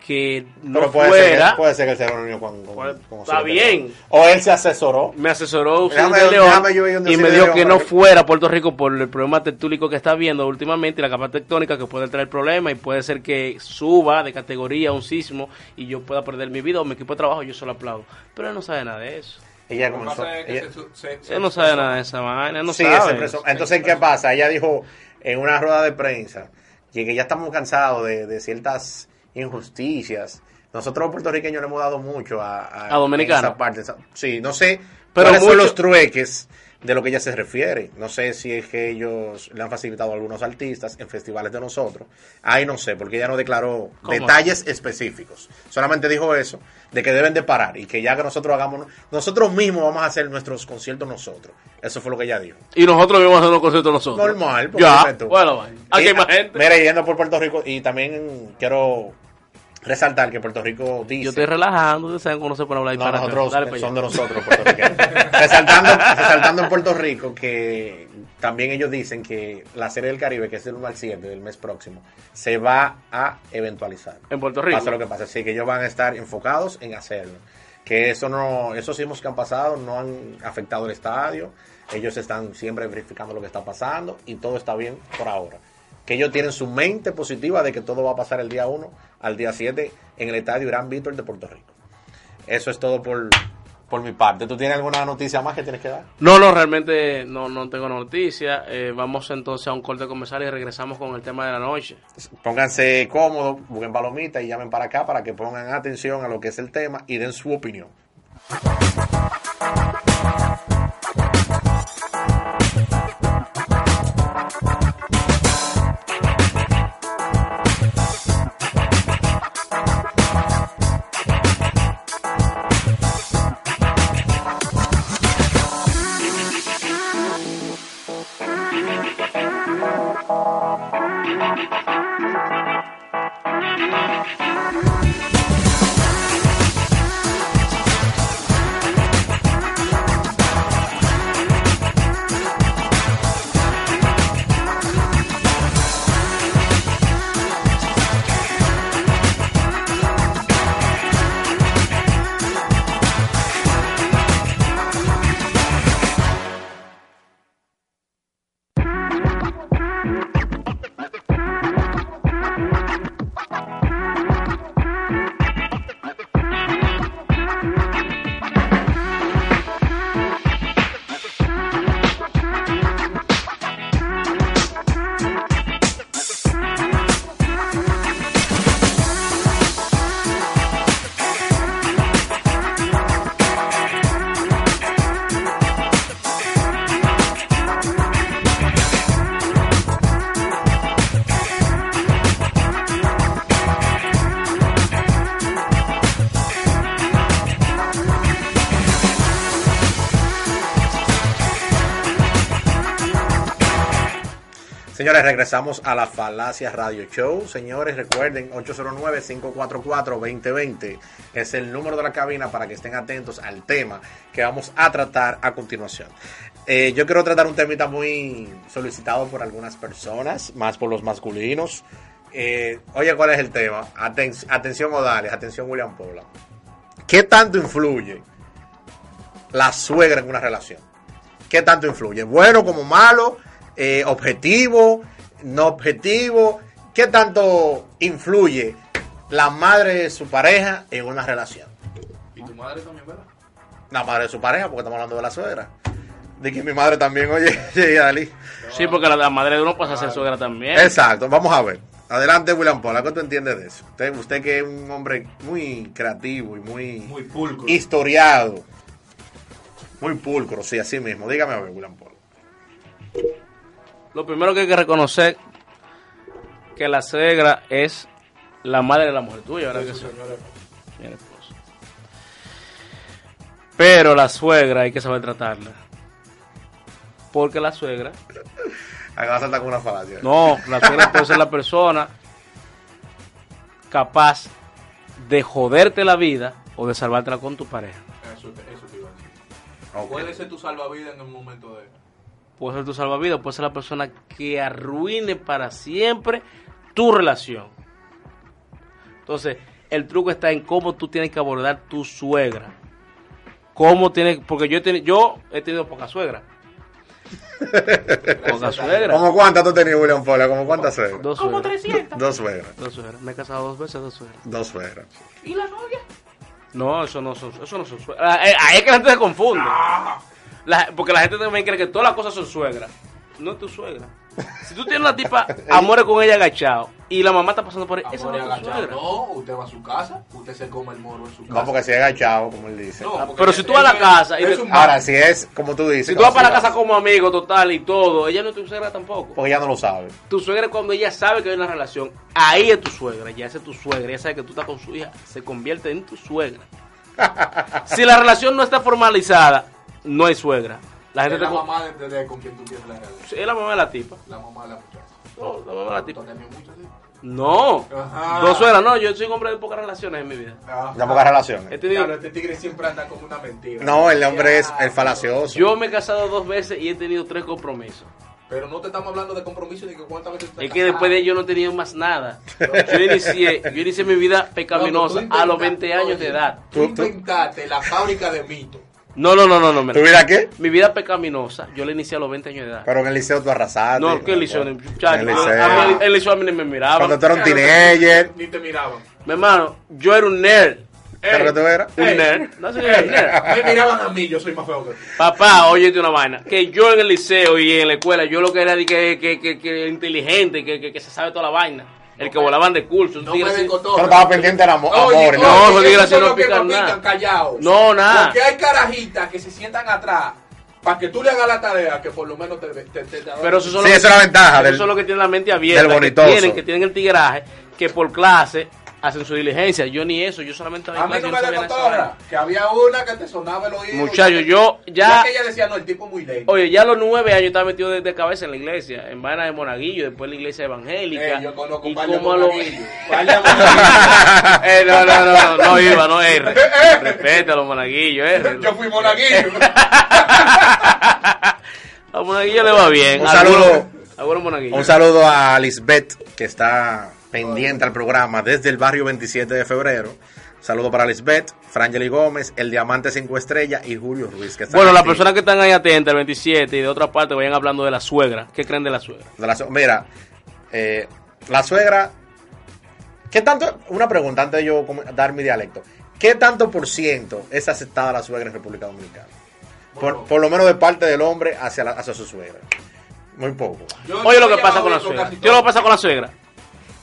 [SPEAKER 4] que no
[SPEAKER 3] Pero puede, ser
[SPEAKER 4] fuera.
[SPEAKER 3] que, puede ser que él se reunió con, con,
[SPEAKER 4] Puede-
[SPEAKER 3] con
[SPEAKER 4] está
[SPEAKER 3] Osiris de León.
[SPEAKER 4] bien.
[SPEAKER 3] O él se asesoró.
[SPEAKER 4] me asesoró Osiris
[SPEAKER 3] Déjame-
[SPEAKER 4] de León
[SPEAKER 3] déjame yo ir donde
[SPEAKER 4] y me
[SPEAKER 3] Osiris de
[SPEAKER 4] dijo
[SPEAKER 3] León
[SPEAKER 4] que
[SPEAKER 3] para
[SPEAKER 4] no
[SPEAKER 3] que-
[SPEAKER 4] fuera a Puerto Rico por el problema tectónico que está viendo últimamente y la capa tectónica que puede traer problemas y puede ser que suba de categoría un sismo y yo pueda perder mi vida o mi equipo de trabajo, yo se lo aplaudo. Pero él no sabe nada de eso.
[SPEAKER 3] Ella
[SPEAKER 5] Lo que
[SPEAKER 3] comenzó.
[SPEAKER 5] pasa es que
[SPEAKER 3] ella-
[SPEAKER 5] se su- se- se-
[SPEAKER 4] Él eh, no sabe nada de esa vaina, él no
[SPEAKER 3] sí,
[SPEAKER 4] sabe.
[SPEAKER 3] se expresó. Entonces, ¿qué pasa? Ella dijo en una rueda de prensa que, que ya estamos cansados de, de ciertas injusticias. Nosotros los puertorriqueños le hemos dado mucho a,
[SPEAKER 4] A dominicanos.
[SPEAKER 3] en esa parte, esa- sí, no sé
[SPEAKER 4] Pero
[SPEAKER 3] cuáles son
[SPEAKER 4] mucho-
[SPEAKER 3] los trueques de lo que ella se refiere. No sé si es que ellos le han facilitado a algunos artistas en festivales de nosotros. Ahí no sé, porque ella no declaró
[SPEAKER 4] ¿Cómo?
[SPEAKER 3] detalles específicos. Solamente dijo eso, de que deben de parar y que ya que nosotros hagamos, nosotros mismos vamos a hacer nuestros conciertos nosotros. Eso fue lo que ella dijo.
[SPEAKER 4] Y nosotros vimos hacer los conciertos nosotros.
[SPEAKER 3] Normal, porque
[SPEAKER 4] Ya,
[SPEAKER 3] dime tú.
[SPEAKER 4] bueno, vaina. Aquí
[SPEAKER 3] Y,
[SPEAKER 4] hay más
[SPEAKER 3] ah,
[SPEAKER 4] gente.
[SPEAKER 3] Mira, yendo por Puerto Rico, y también quiero resaltar que Puerto Rico dice...
[SPEAKER 4] Yo estoy relajando, ustedes saben cómo no se puede hablar
[SPEAKER 3] No,
[SPEAKER 4] disparate.
[SPEAKER 3] nosotros
[SPEAKER 4] Dale para
[SPEAKER 3] son
[SPEAKER 4] allá.
[SPEAKER 3] de nosotros, puertorriqueños. resaltando, resaltando en Puerto Rico que también ellos dicen que la Serie del Caribe, que es el 1 al 7 del mes próximo, se va a eventualizar.
[SPEAKER 4] En Puerto Rico.
[SPEAKER 3] Pasa lo que pasa, así que ellos van a estar enfocados en hacerlo. Que eso no, esos sismos que han pasado no han afectado el estadio. Ellos están siempre verificando lo que está pasando y todo está bien por ahora. Que ellos tienen su mente positiva de que todo va a pasar el día 1 al día 7 en el estadio Irán Víctor de Puerto Rico. Eso es todo por, por mi parte. ¿Tú tienes alguna noticia más que tienes que dar?
[SPEAKER 4] No, no, realmente no, no tengo noticia. Eh, vamos entonces a un corte comercial y regresamos con el tema de la noche.
[SPEAKER 3] Pónganse cómodos, busquen palomitas y llamen para acá para que pongan atención a lo que es el tema y den su opinión. Señores, regresamos a la Falacia Radio Show. Señores, recuerden, 809-544-2020 es el número de la cabina para que estén atentos al tema que vamos a tratar a continuación. Eh, yo quiero tratar un temita muy solicitado por algunas personas, más por los masculinos. Eh, oye, ¿cuál es el tema? Aten- atención, Odales, atención, William Pobla. ¿Qué tanto influye la suegra en una relación? ¿Qué tanto influye? ¿Bueno como malo? Eh, ¿Objetivo? ¿No objetivo? ¿Qué tanto influye la madre de su pareja en una relación?
[SPEAKER 5] Y tu madre también, ¿verdad?
[SPEAKER 3] La madre de su pareja, porque estamos hablando de la suegra. De que mi madre también, oye, oye, Dalí.
[SPEAKER 4] Sí, porque la, la madre de uno pasa a ser suegra también.
[SPEAKER 3] Exacto, vamos a ver. Adelante, William Paula, ¿qué tú entiendes de eso? Usted, usted que es un hombre muy creativo y muy,
[SPEAKER 5] Muy pulcro.
[SPEAKER 3] historiado. Muy pulcro, sí, así mismo. Dígame a ver, William Paula.
[SPEAKER 4] Lo primero que hay que reconocer que la suegra es la madre de la mujer tuya, ¿verdad que sí? Bien, esposo. Pero la suegra hay que saber tratarla. Porque la suegra
[SPEAKER 3] Acá va a saltar con una falacia.
[SPEAKER 4] No, la suegra puede ser la persona capaz de joderte la vida o de salvártela con tu pareja.
[SPEAKER 5] Eso, te- eso te iba a decir.
[SPEAKER 3] Ah, Ok.
[SPEAKER 5] Puede ser tu salvavidas en el momento de...
[SPEAKER 4] Puede ser tu salvavidas, puede ser la persona que arruine para siempre tu relación. Entonces, el truco está en cómo tú tienes que abordar tu suegra. Cómo tienes, porque yo he tenido, yo he tenido poca suegra. poca suegra.
[SPEAKER 3] ¿Cómo cuántas tú tenías, William Paula? ¿Cómo cuántas suegras?
[SPEAKER 4] Dos suegras.
[SPEAKER 3] Dos suegras.
[SPEAKER 4] Dos suegras. Me he casado dos veces, dos suegras.
[SPEAKER 3] Dos suegras.
[SPEAKER 6] ¿Y la novia?
[SPEAKER 4] No, eso no son, eso no son suegras. Ah, eh, Ahí es que la gente se confunde. La- porque la gente también cree que todas las cosas son suegras. No es tu suegra. Si tú tienes una tipa, amores con ella agachado, y la mamá está pasando por ahí, esa no
[SPEAKER 5] Amor,
[SPEAKER 4] es tu
[SPEAKER 5] agachado,
[SPEAKER 4] suegra.
[SPEAKER 5] No, usted va a su casa, usted se come el moro en su casa.
[SPEAKER 3] No, porque si es agachado, como él dice.
[SPEAKER 5] No, porque
[SPEAKER 4] Pero
[SPEAKER 5] es-
[SPEAKER 4] si tú vas a la
[SPEAKER 5] es-
[SPEAKER 4] casa y
[SPEAKER 5] es
[SPEAKER 4] te-
[SPEAKER 5] un-
[SPEAKER 3] Ahora, si es, como tú dices.
[SPEAKER 4] Si tú vas para la
[SPEAKER 3] como
[SPEAKER 4] casa como amigo total y todo, ella no es tu suegra tampoco.
[SPEAKER 3] Porque ya no lo sabe.
[SPEAKER 4] Tu suegra es cuando ella sabe que hay una relación, ahí es tu suegra, ya esa es tu suegra, ella sabe que tú estás con su hija, se convierte en tu suegra. si la relación no está formalizada, no hay suegra. La gente
[SPEAKER 5] es la
[SPEAKER 4] te con-
[SPEAKER 5] mamá de, de- de con quien tú tienes la relación.
[SPEAKER 4] es la mamá de la tipa.
[SPEAKER 5] La mamá de la muchacha.
[SPEAKER 4] No, la mamá de la
[SPEAKER 5] ¿Tú
[SPEAKER 4] tipa.
[SPEAKER 5] has tenido muchas? sí?
[SPEAKER 4] No,
[SPEAKER 5] Ajá.
[SPEAKER 4] dos suegras, no, yo soy un hombre de pocas relaciones en mi vida.
[SPEAKER 5] Ajá.
[SPEAKER 3] Ya pocas relaciones.
[SPEAKER 4] Este digo,
[SPEAKER 5] Claro, este tigre siempre anda con una mentira.
[SPEAKER 3] No, el hombre es el falacioso.
[SPEAKER 4] yo me he casado dos veces y he tenido tres compromisos.
[SPEAKER 5] Pero no te estamos hablando de compromiso ni que cuántas veces tú
[SPEAKER 4] Es
[SPEAKER 5] estás
[SPEAKER 4] que después de
[SPEAKER 5] casado.
[SPEAKER 4] ello no he tenido más nada. Yo inicié, yo inicié mi vida
[SPEAKER 5] No,
[SPEAKER 4] pecaminosa
[SPEAKER 5] pero tú
[SPEAKER 4] a los
[SPEAKER 5] inventaste-
[SPEAKER 4] 20 años de
[SPEAKER 5] oye,
[SPEAKER 4] edad.
[SPEAKER 5] Tú
[SPEAKER 3] Tú- tú-
[SPEAKER 5] inventaste la fábrica de mitos.
[SPEAKER 4] No, no, no, no, no.
[SPEAKER 3] ¿Tu
[SPEAKER 4] mira.
[SPEAKER 3] vida qué?
[SPEAKER 4] Mi vida pecaminosa, yo la inicié a los 20 años de edad.
[SPEAKER 3] Pero en el liceo tú arrasaste.
[SPEAKER 4] No, ¿qué liceo?
[SPEAKER 3] En
[SPEAKER 4] Muchacho,
[SPEAKER 3] el
[SPEAKER 4] yo-
[SPEAKER 3] liceo.
[SPEAKER 4] a mí el- el liceo a mí ni me miraba.
[SPEAKER 3] Cuando tú eras un teenager.
[SPEAKER 5] Ni te miraban.
[SPEAKER 4] Mi hermano, yo era un nerd.
[SPEAKER 3] ¿Pero que tú eras?
[SPEAKER 4] Un nerd. No sé qué era un nerd.
[SPEAKER 5] Me miraban a mí, yo soy más feo que tú.
[SPEAKER 4] Papá, óyete una vaina. Que yo en el liceo y en la escuela, yo lo que era de que, que, que, que inteligente, que, que, que se sabe toda la vaina. El que volaban de curso. un
[SPEAKER 5] No me
[SPEAKER 4] tigre así.
[SPEAKER 5] den
[SPEAKER 3] Tú
[SPEAKER 5] cotorra.
[SPEAKER 3] no estabas pendiente del amor. amor,
[SPEAKER 4] Ah, no,
[SPEAKER 3] ¿no?
[SPEAKER 4] no,
[SPEAKER 5] porque
[SPEAKER 4] digas,
[SPEAKER 5] esos
[SPEAKER 4] no
[SPEAKER 5] son los
[SPEAKER 4] pican
[SPEAKER 5] que
[SPEAKER 4] nada.
[SPEAKER 5] pican callados.
[SPEAKER 4] No, nada.
[SPEAKER 5] Porque hay carajitas que se sientan atrás para que tú le hagas la tarea, que por lo menos te... te, te- te-
[SPEAKER 4] Pero eso son
[SPEAKER 3] Sí,
[SPEAKER 4] los
[SPEAKER 3] esa es la ventaja
[SPEAKER 4] Esos
[SPEAKER 3] del-
[SPEAKER 4] son los que tienen la mente abierta.
[SPEAKER 3] del
[SPEAKER 4] que
[SPEAKER 3] bonitoso.
[SPEAKER 4] tienen, que tienen el tigraje, que por clase hacen su diligencia. Yo ni eso, yo solamente
[SPEAKER 5] A mí
[SPEAKER 4] clase,
[SPEAKER 5] no
[SPEAKER 4] yo
[SPEAKER 5] me
[SPEAKER 4] sabía
[SPEAKER 5] de
[SPEAKER 4] nada de esa
[SPEAKER 5] cotorra,
[SPEAKER 4] vaina.
[SPEAKER 5] que había una que te sonaba el oído.
[SPEAKER 4] Muchacho, yo ya-
[SPEAKER 5] Ya que ella decía, no, el tipo muy lento.
[SPEAKER 4] Oye, ya a los nueve años estaba metido de, de cabeza en la iglesia, en vaina de monaguillo, después en la iglesia evangélica.
[SPEAKER 5] Eh, yo conozco
[SPEAKER 4] y
[SPEAKER 5] un par de
[SPEAKER 4] como a los-
[SPEAKER 5] monaguillos. Par de monaguillos.
[SPEAKER 4] Eh, no, no, no, no, no iba, no eh, R. Respeta a los monaguillos, R.
[SPEAKER 5] Yo fui monaguillo.
[SPEAKER 4] A los monaguillos le va bien.
[SPEAKER 3] Un
[SPEAKER 4] Algunos-
[SPEAKER 3] saludo.
[SPEAKER 4] algunos monaguillos.
[SPEAKER 3] Un saludo a Lisbeth, que está pendiente al programa desde el barrio 27 de febrero. Saludo para Lisbeth, Frangeli Gómez, El Diamante 5 Estrellas y Julio Ruiz. Que están
[SPEAKER 4] Bueno, las
[SPEAKER 3] activos.
[SPEAKER 4] personas que están ahí atentas, el 27, y de otra parte vayan hablando de la suegra. ¿Qué creen de la suegra?
[SPEAKER 3] De la su- mira, eh, la suegra. ¿Qué tanto? Una pregunta antes de yo com- dar mi dialecto. ¿Qué tanto por ciento es aceptada la suegra en República Dominicana? Por, por lo menos de parte del hombre hacia, la- hacia su suegra. Muy poco.
[SPEAKER 5] Yo-
[SPEAKER 4] Oye
[SPEAKER 5] yo
[SPEAKER 4] lo que
[SPEAKER 5] ya
[SPEAKER 4] pasa
[SPEAKER 5] lo
[SPEAKER 4] con la
[SPEAKER 5] ubico
[SPEAKER 4] suegra.
[SPEAKER 5] casi
[SPEAKER 4] Yo lo
[SPEAKER 5] todo.
[SPEAKER 4] que pasa con la suegra.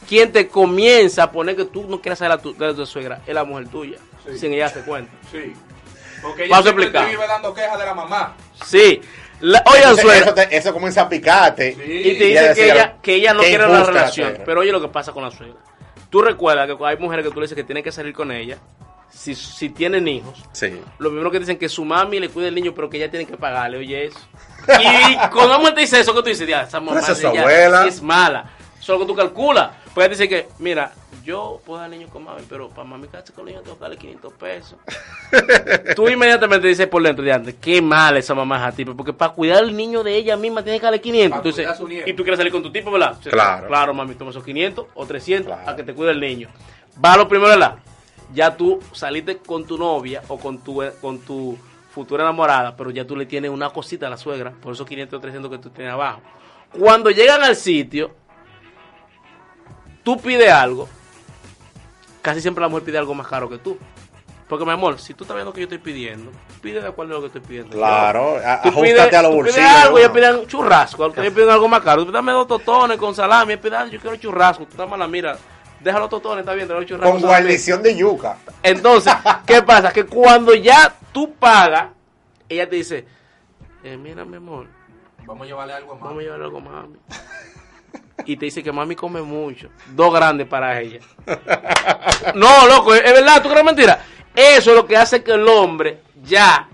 [SPEAKER 4] Quien te comienza a poner que tú no quieres saber a tu- de tu suegra es la mujer tuya,
[SPEAKER 5] Sí.
[SPEAKER 4] sin ella darse cuenta.
[SPEAKER 5] Sí. Porque ella
[SPEAKER 4] Paso
[SPEAKER 5] siempre
[SPEAKER 4] explicado.
[SPEAKER 5] te vive dando quejas de la mamá.
[SPEAKER 4] Sí. La- oye,
[SPEAKER 3] Entonces,
[SPEAKER 4] suegra.
[SPEAKER 3] eso, te- eso comienza a picarte.
[SPEAKER 5] Sí.
[SPEAKER 4] Y te
[SPEAKER 3] Y ella
[SPEAKER 4] dice que
[SPEAKER 3] decía,
[SPEAKER 4] ella, que ella no
[SPEAKER 3] qué
[SPEAKER 4] quiere la
[SPEAKER 3] injusta la
[SPEAKER 4] relación.
[SPEAKER 3] suegra.
[SPEAKER 4] Pero oye lo que pasa con la suegra. Tú recuerdas que hay mujeres que tú le dices que tienen que salir con ella. Si, si tienen hijos,
[SPEAKER 3] Sí.
[SPEAKER 4] lo primero que dicen que su mami le cuida el niño, pero que ella tiene que pagarle, oye eso. Y cuando una mujer te dice eso, que tú dices, ya, esa mamá
[SPEAKER 3] esa es
[SPEAKER 4] de
[SPEAKER 3] su
[SPEAKER 4] ella
[SPEAKER 3] abuela.
[SPEAKER 4] es mala. Eso es lo que tú calculas. Pues ella te dice que, mira, yo puedo dar niño con mami, pero para mami casarse con el niño tengo que darle 500 pesos. tú inmediatamente dices por dentro de antes, qué mala esa mamá es a ti, porque para cuidar al niño de ella misma tiene que darle 500.
[SPEAKER 5] Para
[SPEAKER 4] Tú dices,
[SPEAKER 5] cuidar a su nieto.
[SPEAKER 4] y tú quieres salir con tu tipo, ¿verdad? Sí,
[SPEAKER 3] Claro.
[SPEAKER 4] Claro, mami, toma esos 500 o 300
[SPEAKER 3] Claro.
[SPEAKER 4] a que te cuide el niño. Va lo primero, ¿verdad? Ya tú saliste con tu novia o con tu, con tu futura enamorada, pero ya tú le tienes una cosita a la suegra, por esos 500 o 300 que tú tienes abajo. Cuando llegan al sitio, tú pides algo, casi siempre la mujer pide algo más caro que tú. Porque, mi amor, si tú estás viendo lo que yo estoy pidiendo, pide de acuerdo a lo que estoy pidiendo.
[SPEAKER 3] Claro, a-
[SPEAKER 4] Tú
[SPEAKER 3] ajustate
[SPEAKER 4] pides-
[SPEAKER 3] a los
[SPEAKER 4] tú pides
[SPEAKER 3] bolsillos,
[SPEAKER 4] algo,
[SPEAKER 3] ¿no?
[SPEAKER 4] ellos piden churrasco, ellos piden algo más caro. Tú dame dos totones con salami, ellos piden, yo quiero churrasco. Tú estás mala, mira, deja los totones, está bien, te los churrasco.
[SPEAKER 3] Con
[SPEAKER 4] solamente.
[SPEAKER 3] guarnición de yuca.
[SPEAKER 4] Entonces, ¿qué pasa? Que cuando ya tú pagas, ella te dice, eh, mira, mi amor,
[SPEAKER 5] Vamos a llevarle algo a mamá.
[SPEAKER 4] vamos a llevar algo a mami. Y te dice que mami come mucho. Dos grandes para ella. No, loco, es es verdad, tú crees mentira. Eso es lo que hace que el hombre ya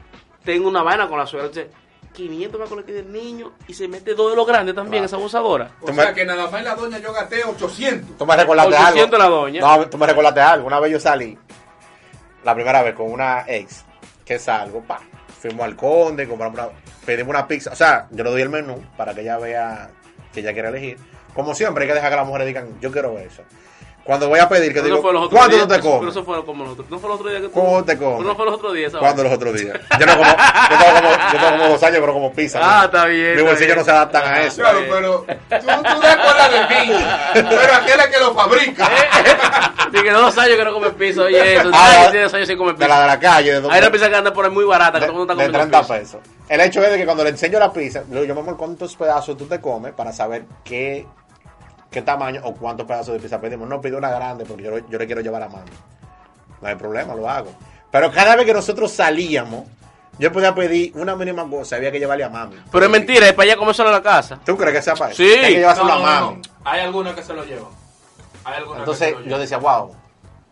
[SPEAKER 4] tenga una vaina con la suegra. Entonces, 500 va con el que del niño y se mete dos de los grandes también,
[SPEAKER 3] Claro.
[SPEAKER 4] esa abusadora.
[SPEAKER 5] O
[SPEAKER 3] Toma-
[SPEAKER 5] sea que nada más en la doña yo gasté 800.
[SPEAKER 3] Tú me recordaste
[SPEAKER 4] Porque siento
[SPEAKER 3] algo.
[SPEAKER 4] la doña.
[SPEAKER 3] No, tú me recordaste algo. Una vez yo salí, la primera vez con una ex, que salgo, pa. Fuimos al conde, compramos una, pedimos una pizza. O sea, yo le doy el menú para que ella vea que ella quiere elegir. Como siempre, hay que dejar que las mujeres digan, yo quiero eso. Cuando voy a pedir, que
[SPEAKER 4] Eso
[SPEAKER 3] digo,
[SPEAKER 4] fue los otros
[SPEAKER 3] ¿cuánto
[SPEAKER 4] días,
[SPEAKER 3] tú te
[SPEAKER 4] eso-
[SPEAKER 3] comes?
[SPEAKER 4] pero eso fue como los otros. No fue los otros días que tú.
[SPEAKER 3] ¿Cómo te comes?
[SPEAKER 4] No fue los otros días, ¿sabes?
[SPEAKER 3] ¿Cuándo los otros días? Yo no como, yo tengo como, yo tengo como dos años, pero como pizza.
[SPEAKER 4] Ah,
[SPEAKER 3] ¿no?
[SPEAKER 4] está bien,
[SPEAKER 3] Mis
[SPEAKER 4] está
[SPEAKER 3] bolsillos
[SPEAKER 4] bien.
[SPEAKER 3] no se adaptan a
[SPEAKER 4] Ah,
[SPEAKER 3] eso.
[SPEAKER 5] Eh, Claro, pero tú, tú te acuerdas de mí, pero aquel es que lo fabrica.
[SPEAKER 4] Dije, dos años que no come piso, oye, eso.
[SPEAKER 3] Ah,
[SPEAKER 4] Ay,
[SPEAKER 3] la-
[SPEAKER 4] tiene dos años sin comer
[SPEAKER 3] De
[SPEAKER 4] piso.
[SPEAKER 3] la de la calle, de, dos-
[SPEAKER 4] Hay una pizza que anda por ahí muy barata, que
[SPEAKER 3] de,
[SPEAKER 4] todo el mundo
[SPEAKER 3] de
[SPEAKER 4] está
[SPEAKER 3] 30
[SPEAKER 4] comiendo piso.
[SPEAKER 3] pesos. El hecho es de que cuando le enseño la pizza, le digo, yo, mi amor, ¿cuántos pedazos tú te comes para saber qué, qué tamaño o cuántos pedazos de pizza pedimos? No pido una grande porque yo, yo le quiero llevar a mano. No hay problema, lo hago. Pero cada vez que nosotros salíamos, yo podía pedir una mínima cosa, había que llevarle a mami.
[SPEAKER 4] Pero es mentira, es para allá comer solo en la casa.
[SPEAKER 3] ¿Tú crees que sea para eso?
[SPEAKER 4] Sí.
[SPEAKER 3] Hay que llevárselo
[SPEAKER 5] No,
[SPEAKER 3] a
[SPEAKER 5] no,
[SPEAKER 3] mami.
[SPEAKER 5] no. Hay algunos que se lo llevan. Hay algunos que
[SPEAKER 3] Entonces
[SPEAKER 5] se lo
[SPEAKER 3] yo
[SPEAKER 5] llevan.
[SPEAKER 3] decía, wow,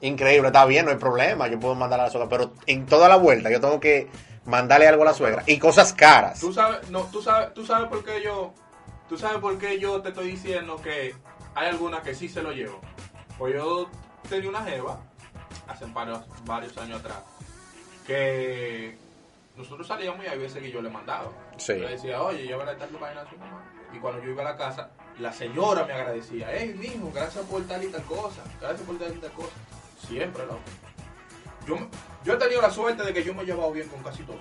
[SPEAKER 3] increíble, está bien, no hay problema, yo puedo mandarle a la suegra, pero en toda la vuelta yo tengo que mandarle algo a la suegra y cosas caras.
[SPEAKER 5] Tú sabes, no, tú sabes, tú sabes por qué yo, tú sabes por qué yo te estoy diciendo que hay algunas que sí se lo llevo. Pues yo tenía una jeva hace varios, varios años atrás que nosotros salíamos y hay veces que yo le mandaba.
[SPEAKER 3] Sí.
[SPEAKER 5] Yo le decía, oye, llévala tal vaina a su mamá. Y cuando yo iba a la casa, la señora me agradecía, hey, mijo, gracias por tal y tal cosa, gracias por tal y tal cosa. Siempre, loco. Yo, me- yo he tenido la suerte de que yo me he llevado bien con casi todo.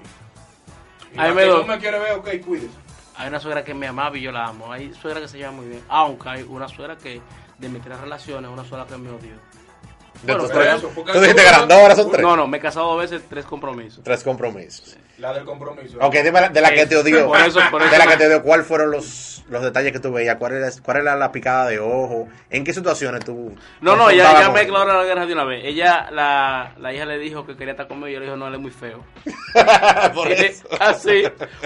[SPEAKER 5] Y
[SPEAKER 4] Ahí
[SPEAKER 5] la
[SPEAKER 4] me
[SPEAKER 5] que
[SPEAKER 4] lo-
[SPEAKER 5] no me quiere ver, ok, cuídese.
[SPEAKER 4] Hay una suegra que me amaba y yo la amo. Hay suegra que se lleva muy bien. Aunque hay una suegra que de mis tres relaciones, una sola que me odió.
[SPEAKER 3] De
[SPEAKER 4] Bueno,
[SPEAKER 3] tus
[SPEAKER 4] pero
[SPEAKER 3] tres-
[SPEAKER 5] eso, porque
[SPEAKER 3] tú
[SPEAKER 5] hay
[SPEAKER 3] dijiste
[SPEAKER 5] cosas-
[SPEAKER 3] grandón, ahora son tres.
[SPEAKER 4] No, no, me he casado dos veces, tres compromisos.
[SPEAKER 3] Tres compromisos.
[SPEAKER 5] La del compromiso.
[SPEAKER 3] Ok, dime la- de la que
[SPEAKER 4] Es-
[SPEAKER 3] te odió.
[SPEAKER 4] Eh, por eso- por
[SPEAKER 3] de
[SPEAKER 4] eso
[SPEAKER 3] la
[SPEAKER 4] no-
[SPEAKER 3] que te odió, ¿cuáles fueron los, los detalles que tú veías? ¿Cuál era, ¿Cuál era la picada de ojo? ¿En qué situaciones tú.?
[SPEAKER 4] No, no, ya,
[SPEAKER 3] confrontabas
[SPEAKER 4] ya
[SPEAKER 3] con
[SPEAKER 4] me
[SPEAKER 3] él?
[SPEAKER 4] declaró la guerra de una vez. Ella, la, la hija le dijo que quería estar conmigo y yo le dije, no, él es muy feo.
[SPEAKER 3] Por
[SPEAKER 4] Y le-
[SPEAKER 3] eso.
[SPEAKER 4] Así,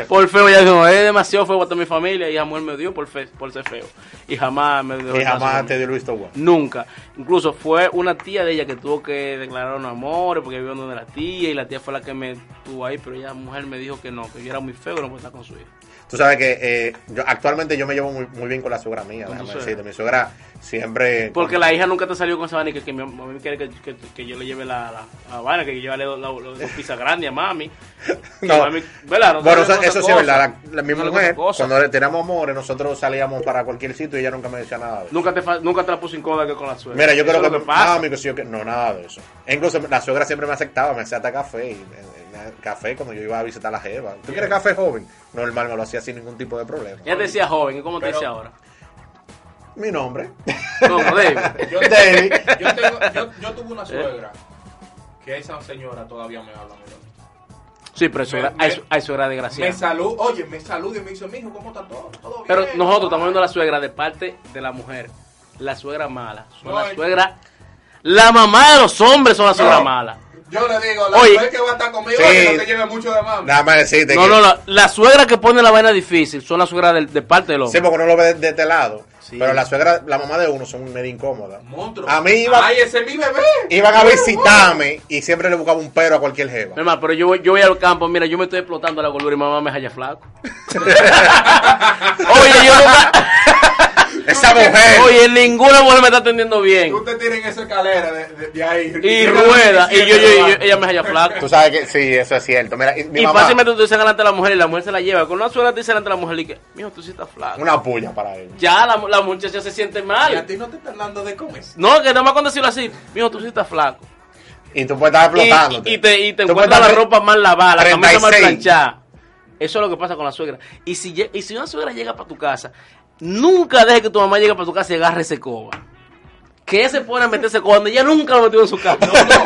[SPEAKER 4] por feo, ella dijo, es demasiado feo para toda mi familia y amor me dio por, fe- por ser feo. Y jamás me dio
[SPEAKER 3] Y jamás te dio el visto bueno.
[SPEAKER 4] Nunca. Incluso fue una tía de ella que tuvo que declarar un amor porque vivió donde la tía y la tía fue la que me tuvo ahí, pero ella mujer me dijo que no, que yo era muy feo y no podía estar con su hija.
[SPEAKER 3] Tú sabes que eh, yo, actualmente yo me llevo muy, muy bien con la suegra mía,
[SPEAKER 4] Con tu
[SPEAKER 3] déjame
[SPEAKER 4] suegra.
[SPEAKER 3] decirte. Mi suegra siempre.
[SPEAKER 4] Porque la hija nunca te salió con esa vaina y que, que mi mami quiere que, que- que yo le lleve la, la, la vaina, que yo le lleve los dos pizzas grandes a mami. Que
[SPEAKER 3] No.
[SPEAKER 4] mami- ¿verdad? No
[SPEAKER 3] bueno,
[SPEAKER 4] sale
[SPEAKER 3] eso,
[SPEAKER 4] con esa
[SPEAKER 3] eso sí es
[SPEAKER 4] cosa.
[SPEAKER 3] verdad. La, la- mi
[SPEAKER 4] No sale con
[SPEAKER 3] mujer,
[SPEAKER 4] esa cosa.
[SPEAKER 3] cuando le teníamos amores, nosotros salíamos para cualquier sitio y ella nunca me decía nada de eso.
[SPEAKER 4] Nunca te, fa- nunca te la puso incómoda que con la suegra.
[SPEAKER 3] Mira, yo
[SPEAKER 4] Eso
[SPEAKER 3] creo
[SPEAKER 4] es
[SPEAKER 3] que,
[SPEAKER 4] lo pasa.
[SPEAKER 3] no, amigo, sí, yo que- no, nada de eso. E incluso la suegra siempre me aceptaba, me hacía hasta café. y me- me- me- café cuando yo iba a visitar a la Jeva. ¿Tú quieres café joven? Normal, me lo hacía sin ningún tipo de problema.
[SPEAKER 4] Ella te decía joven, ¿y cómo te
[SPEAKER 5] Pero-
[SPEAKER 4] dice ahora?
[SPEAKER 3] Mi nombre.
[SPEAKER 4] No, no, David.
[SPEAKER 5] Yo,
[SPEAKER 3] David.
[SPEAKER 5] yo tengo- yo- yo tuve
[SPEAKER 3] Eh.
[SPEAKER 5] una suegra que esa señora todavía me habla. mira.
[SPEAKER 4] Sí, pero hay suegra, hay, su- hay suegra
[SPEAKER 3] ah.
[SPEAKER 5] Me
[SPEAKER 4] desgraciada.
[SPEAKER 5] salud, oye, me saluda y me dice, mijo, ¿cómo está todo? ¿Todo bien?
[SPEAKER 4] Pero nosotros estamos viendo a la suegra de parte de la mujer. La suegra mala. Son la
[SPEAKER 5] No,
[SPEAKER 4] suegra. La mamá de los hombres son la suegra
[SPEAKER 5] No.
[SPEAKER 4] mala.
[SPEAKER 5] Yo le digo, la
[SPEAKER 4] Oye.
[SPEAKER 5] mujer que va a estar conmigo,
[SPEAKER 3] Sí.
[SPEAKER 5] oye, no te lleve mucho de mami.
[SPEAKER 3] Nada más decirte
[SPEAKER 4] No,
[SPEAKER 3] que-
[SPEAKER 4] no, la, la suegra que pone la vaina difícil son la suegra del- de, parte del
[SPEAKER 3] Sí,
[SPEAKER 4] hombre.
[SPEAKER 3] porque uno lo ve de, de este lado.
[SPEAKER 4] Sí.
[SPEAKER 3] Pero la suegra, la mamá de uno son medio incómodas.
[SPEAKER 5] Monstruo.
[SPEAKER 3] A mí iba-
[SPEAKER 5] Ay, ese es mi bebé.
[SPEAKER 3] iban a visitarme y siempre le buscaba un pero a cualquier jeva.
[SPEAKER 4] Mi hermano, pero yo, voy- yo voy al campo, mira, yo me estoy explotando la gordura y mamá me halla flaco. Oye, yo nunca.
[SPEAKER 3] Esa mujer.
[SPEAKER 4] Oye, ninguna mujer me está atendiendo bien.
[SPEAKER 5] Tú te tiras en esa escalera de, de- de ahí.
[SPEAKER 4] Y rueda. Y yo, yo, yo- yo- ella me halla flaco.
[SPEAKER 3] Tú sabes que sí, eso es cierto. Mira, y mi
[SPEAKER 4] Y
[SPEAKER 3] mamá,
[SPEAKER 4] fácilmente tú dices delante de la mujer y la mujer se la lleva. Con una suegra te dice delante de la mujer y que, mijo, tú sí estás flaco.
[SPEAKER 3] una puya para ella.
[SPEAKER 4] Ya la, la muchacha se siente
[SPEAKER 5] Y a
[SPEAKER 4] mal.
[SPEAKER 5] ti no te están dando de comer.
[SPEAKER 4] No, que nada más cuando decirlo así, mijo, tú sí estás flaco.
[SPEAKER 3] Y tú puedes estar
[SPEAKER 4] Y,
[SPEAKER 3] explotándote.
[SPEAKER 4] y te, y te
[SPEAKER 3] Tú
[SPEAKER 4] encuentras la
[SPEAKER 3] puedes estar-
[SPEAKER 4] ropa mal lavada, la camisa mal
[SPEAKER 3] 36.
[SPEAKER 4] planchada. Eso es lo que pasa con la suegra. Y si, lle- y si una suegra llega para tu casa, nunca deje que tu mamá llegue para tu casa y agarre ese coba. Que ella se pone a meterse coba donde ella nunca lo metió en su casa.
[SPEAKER 5] No, no,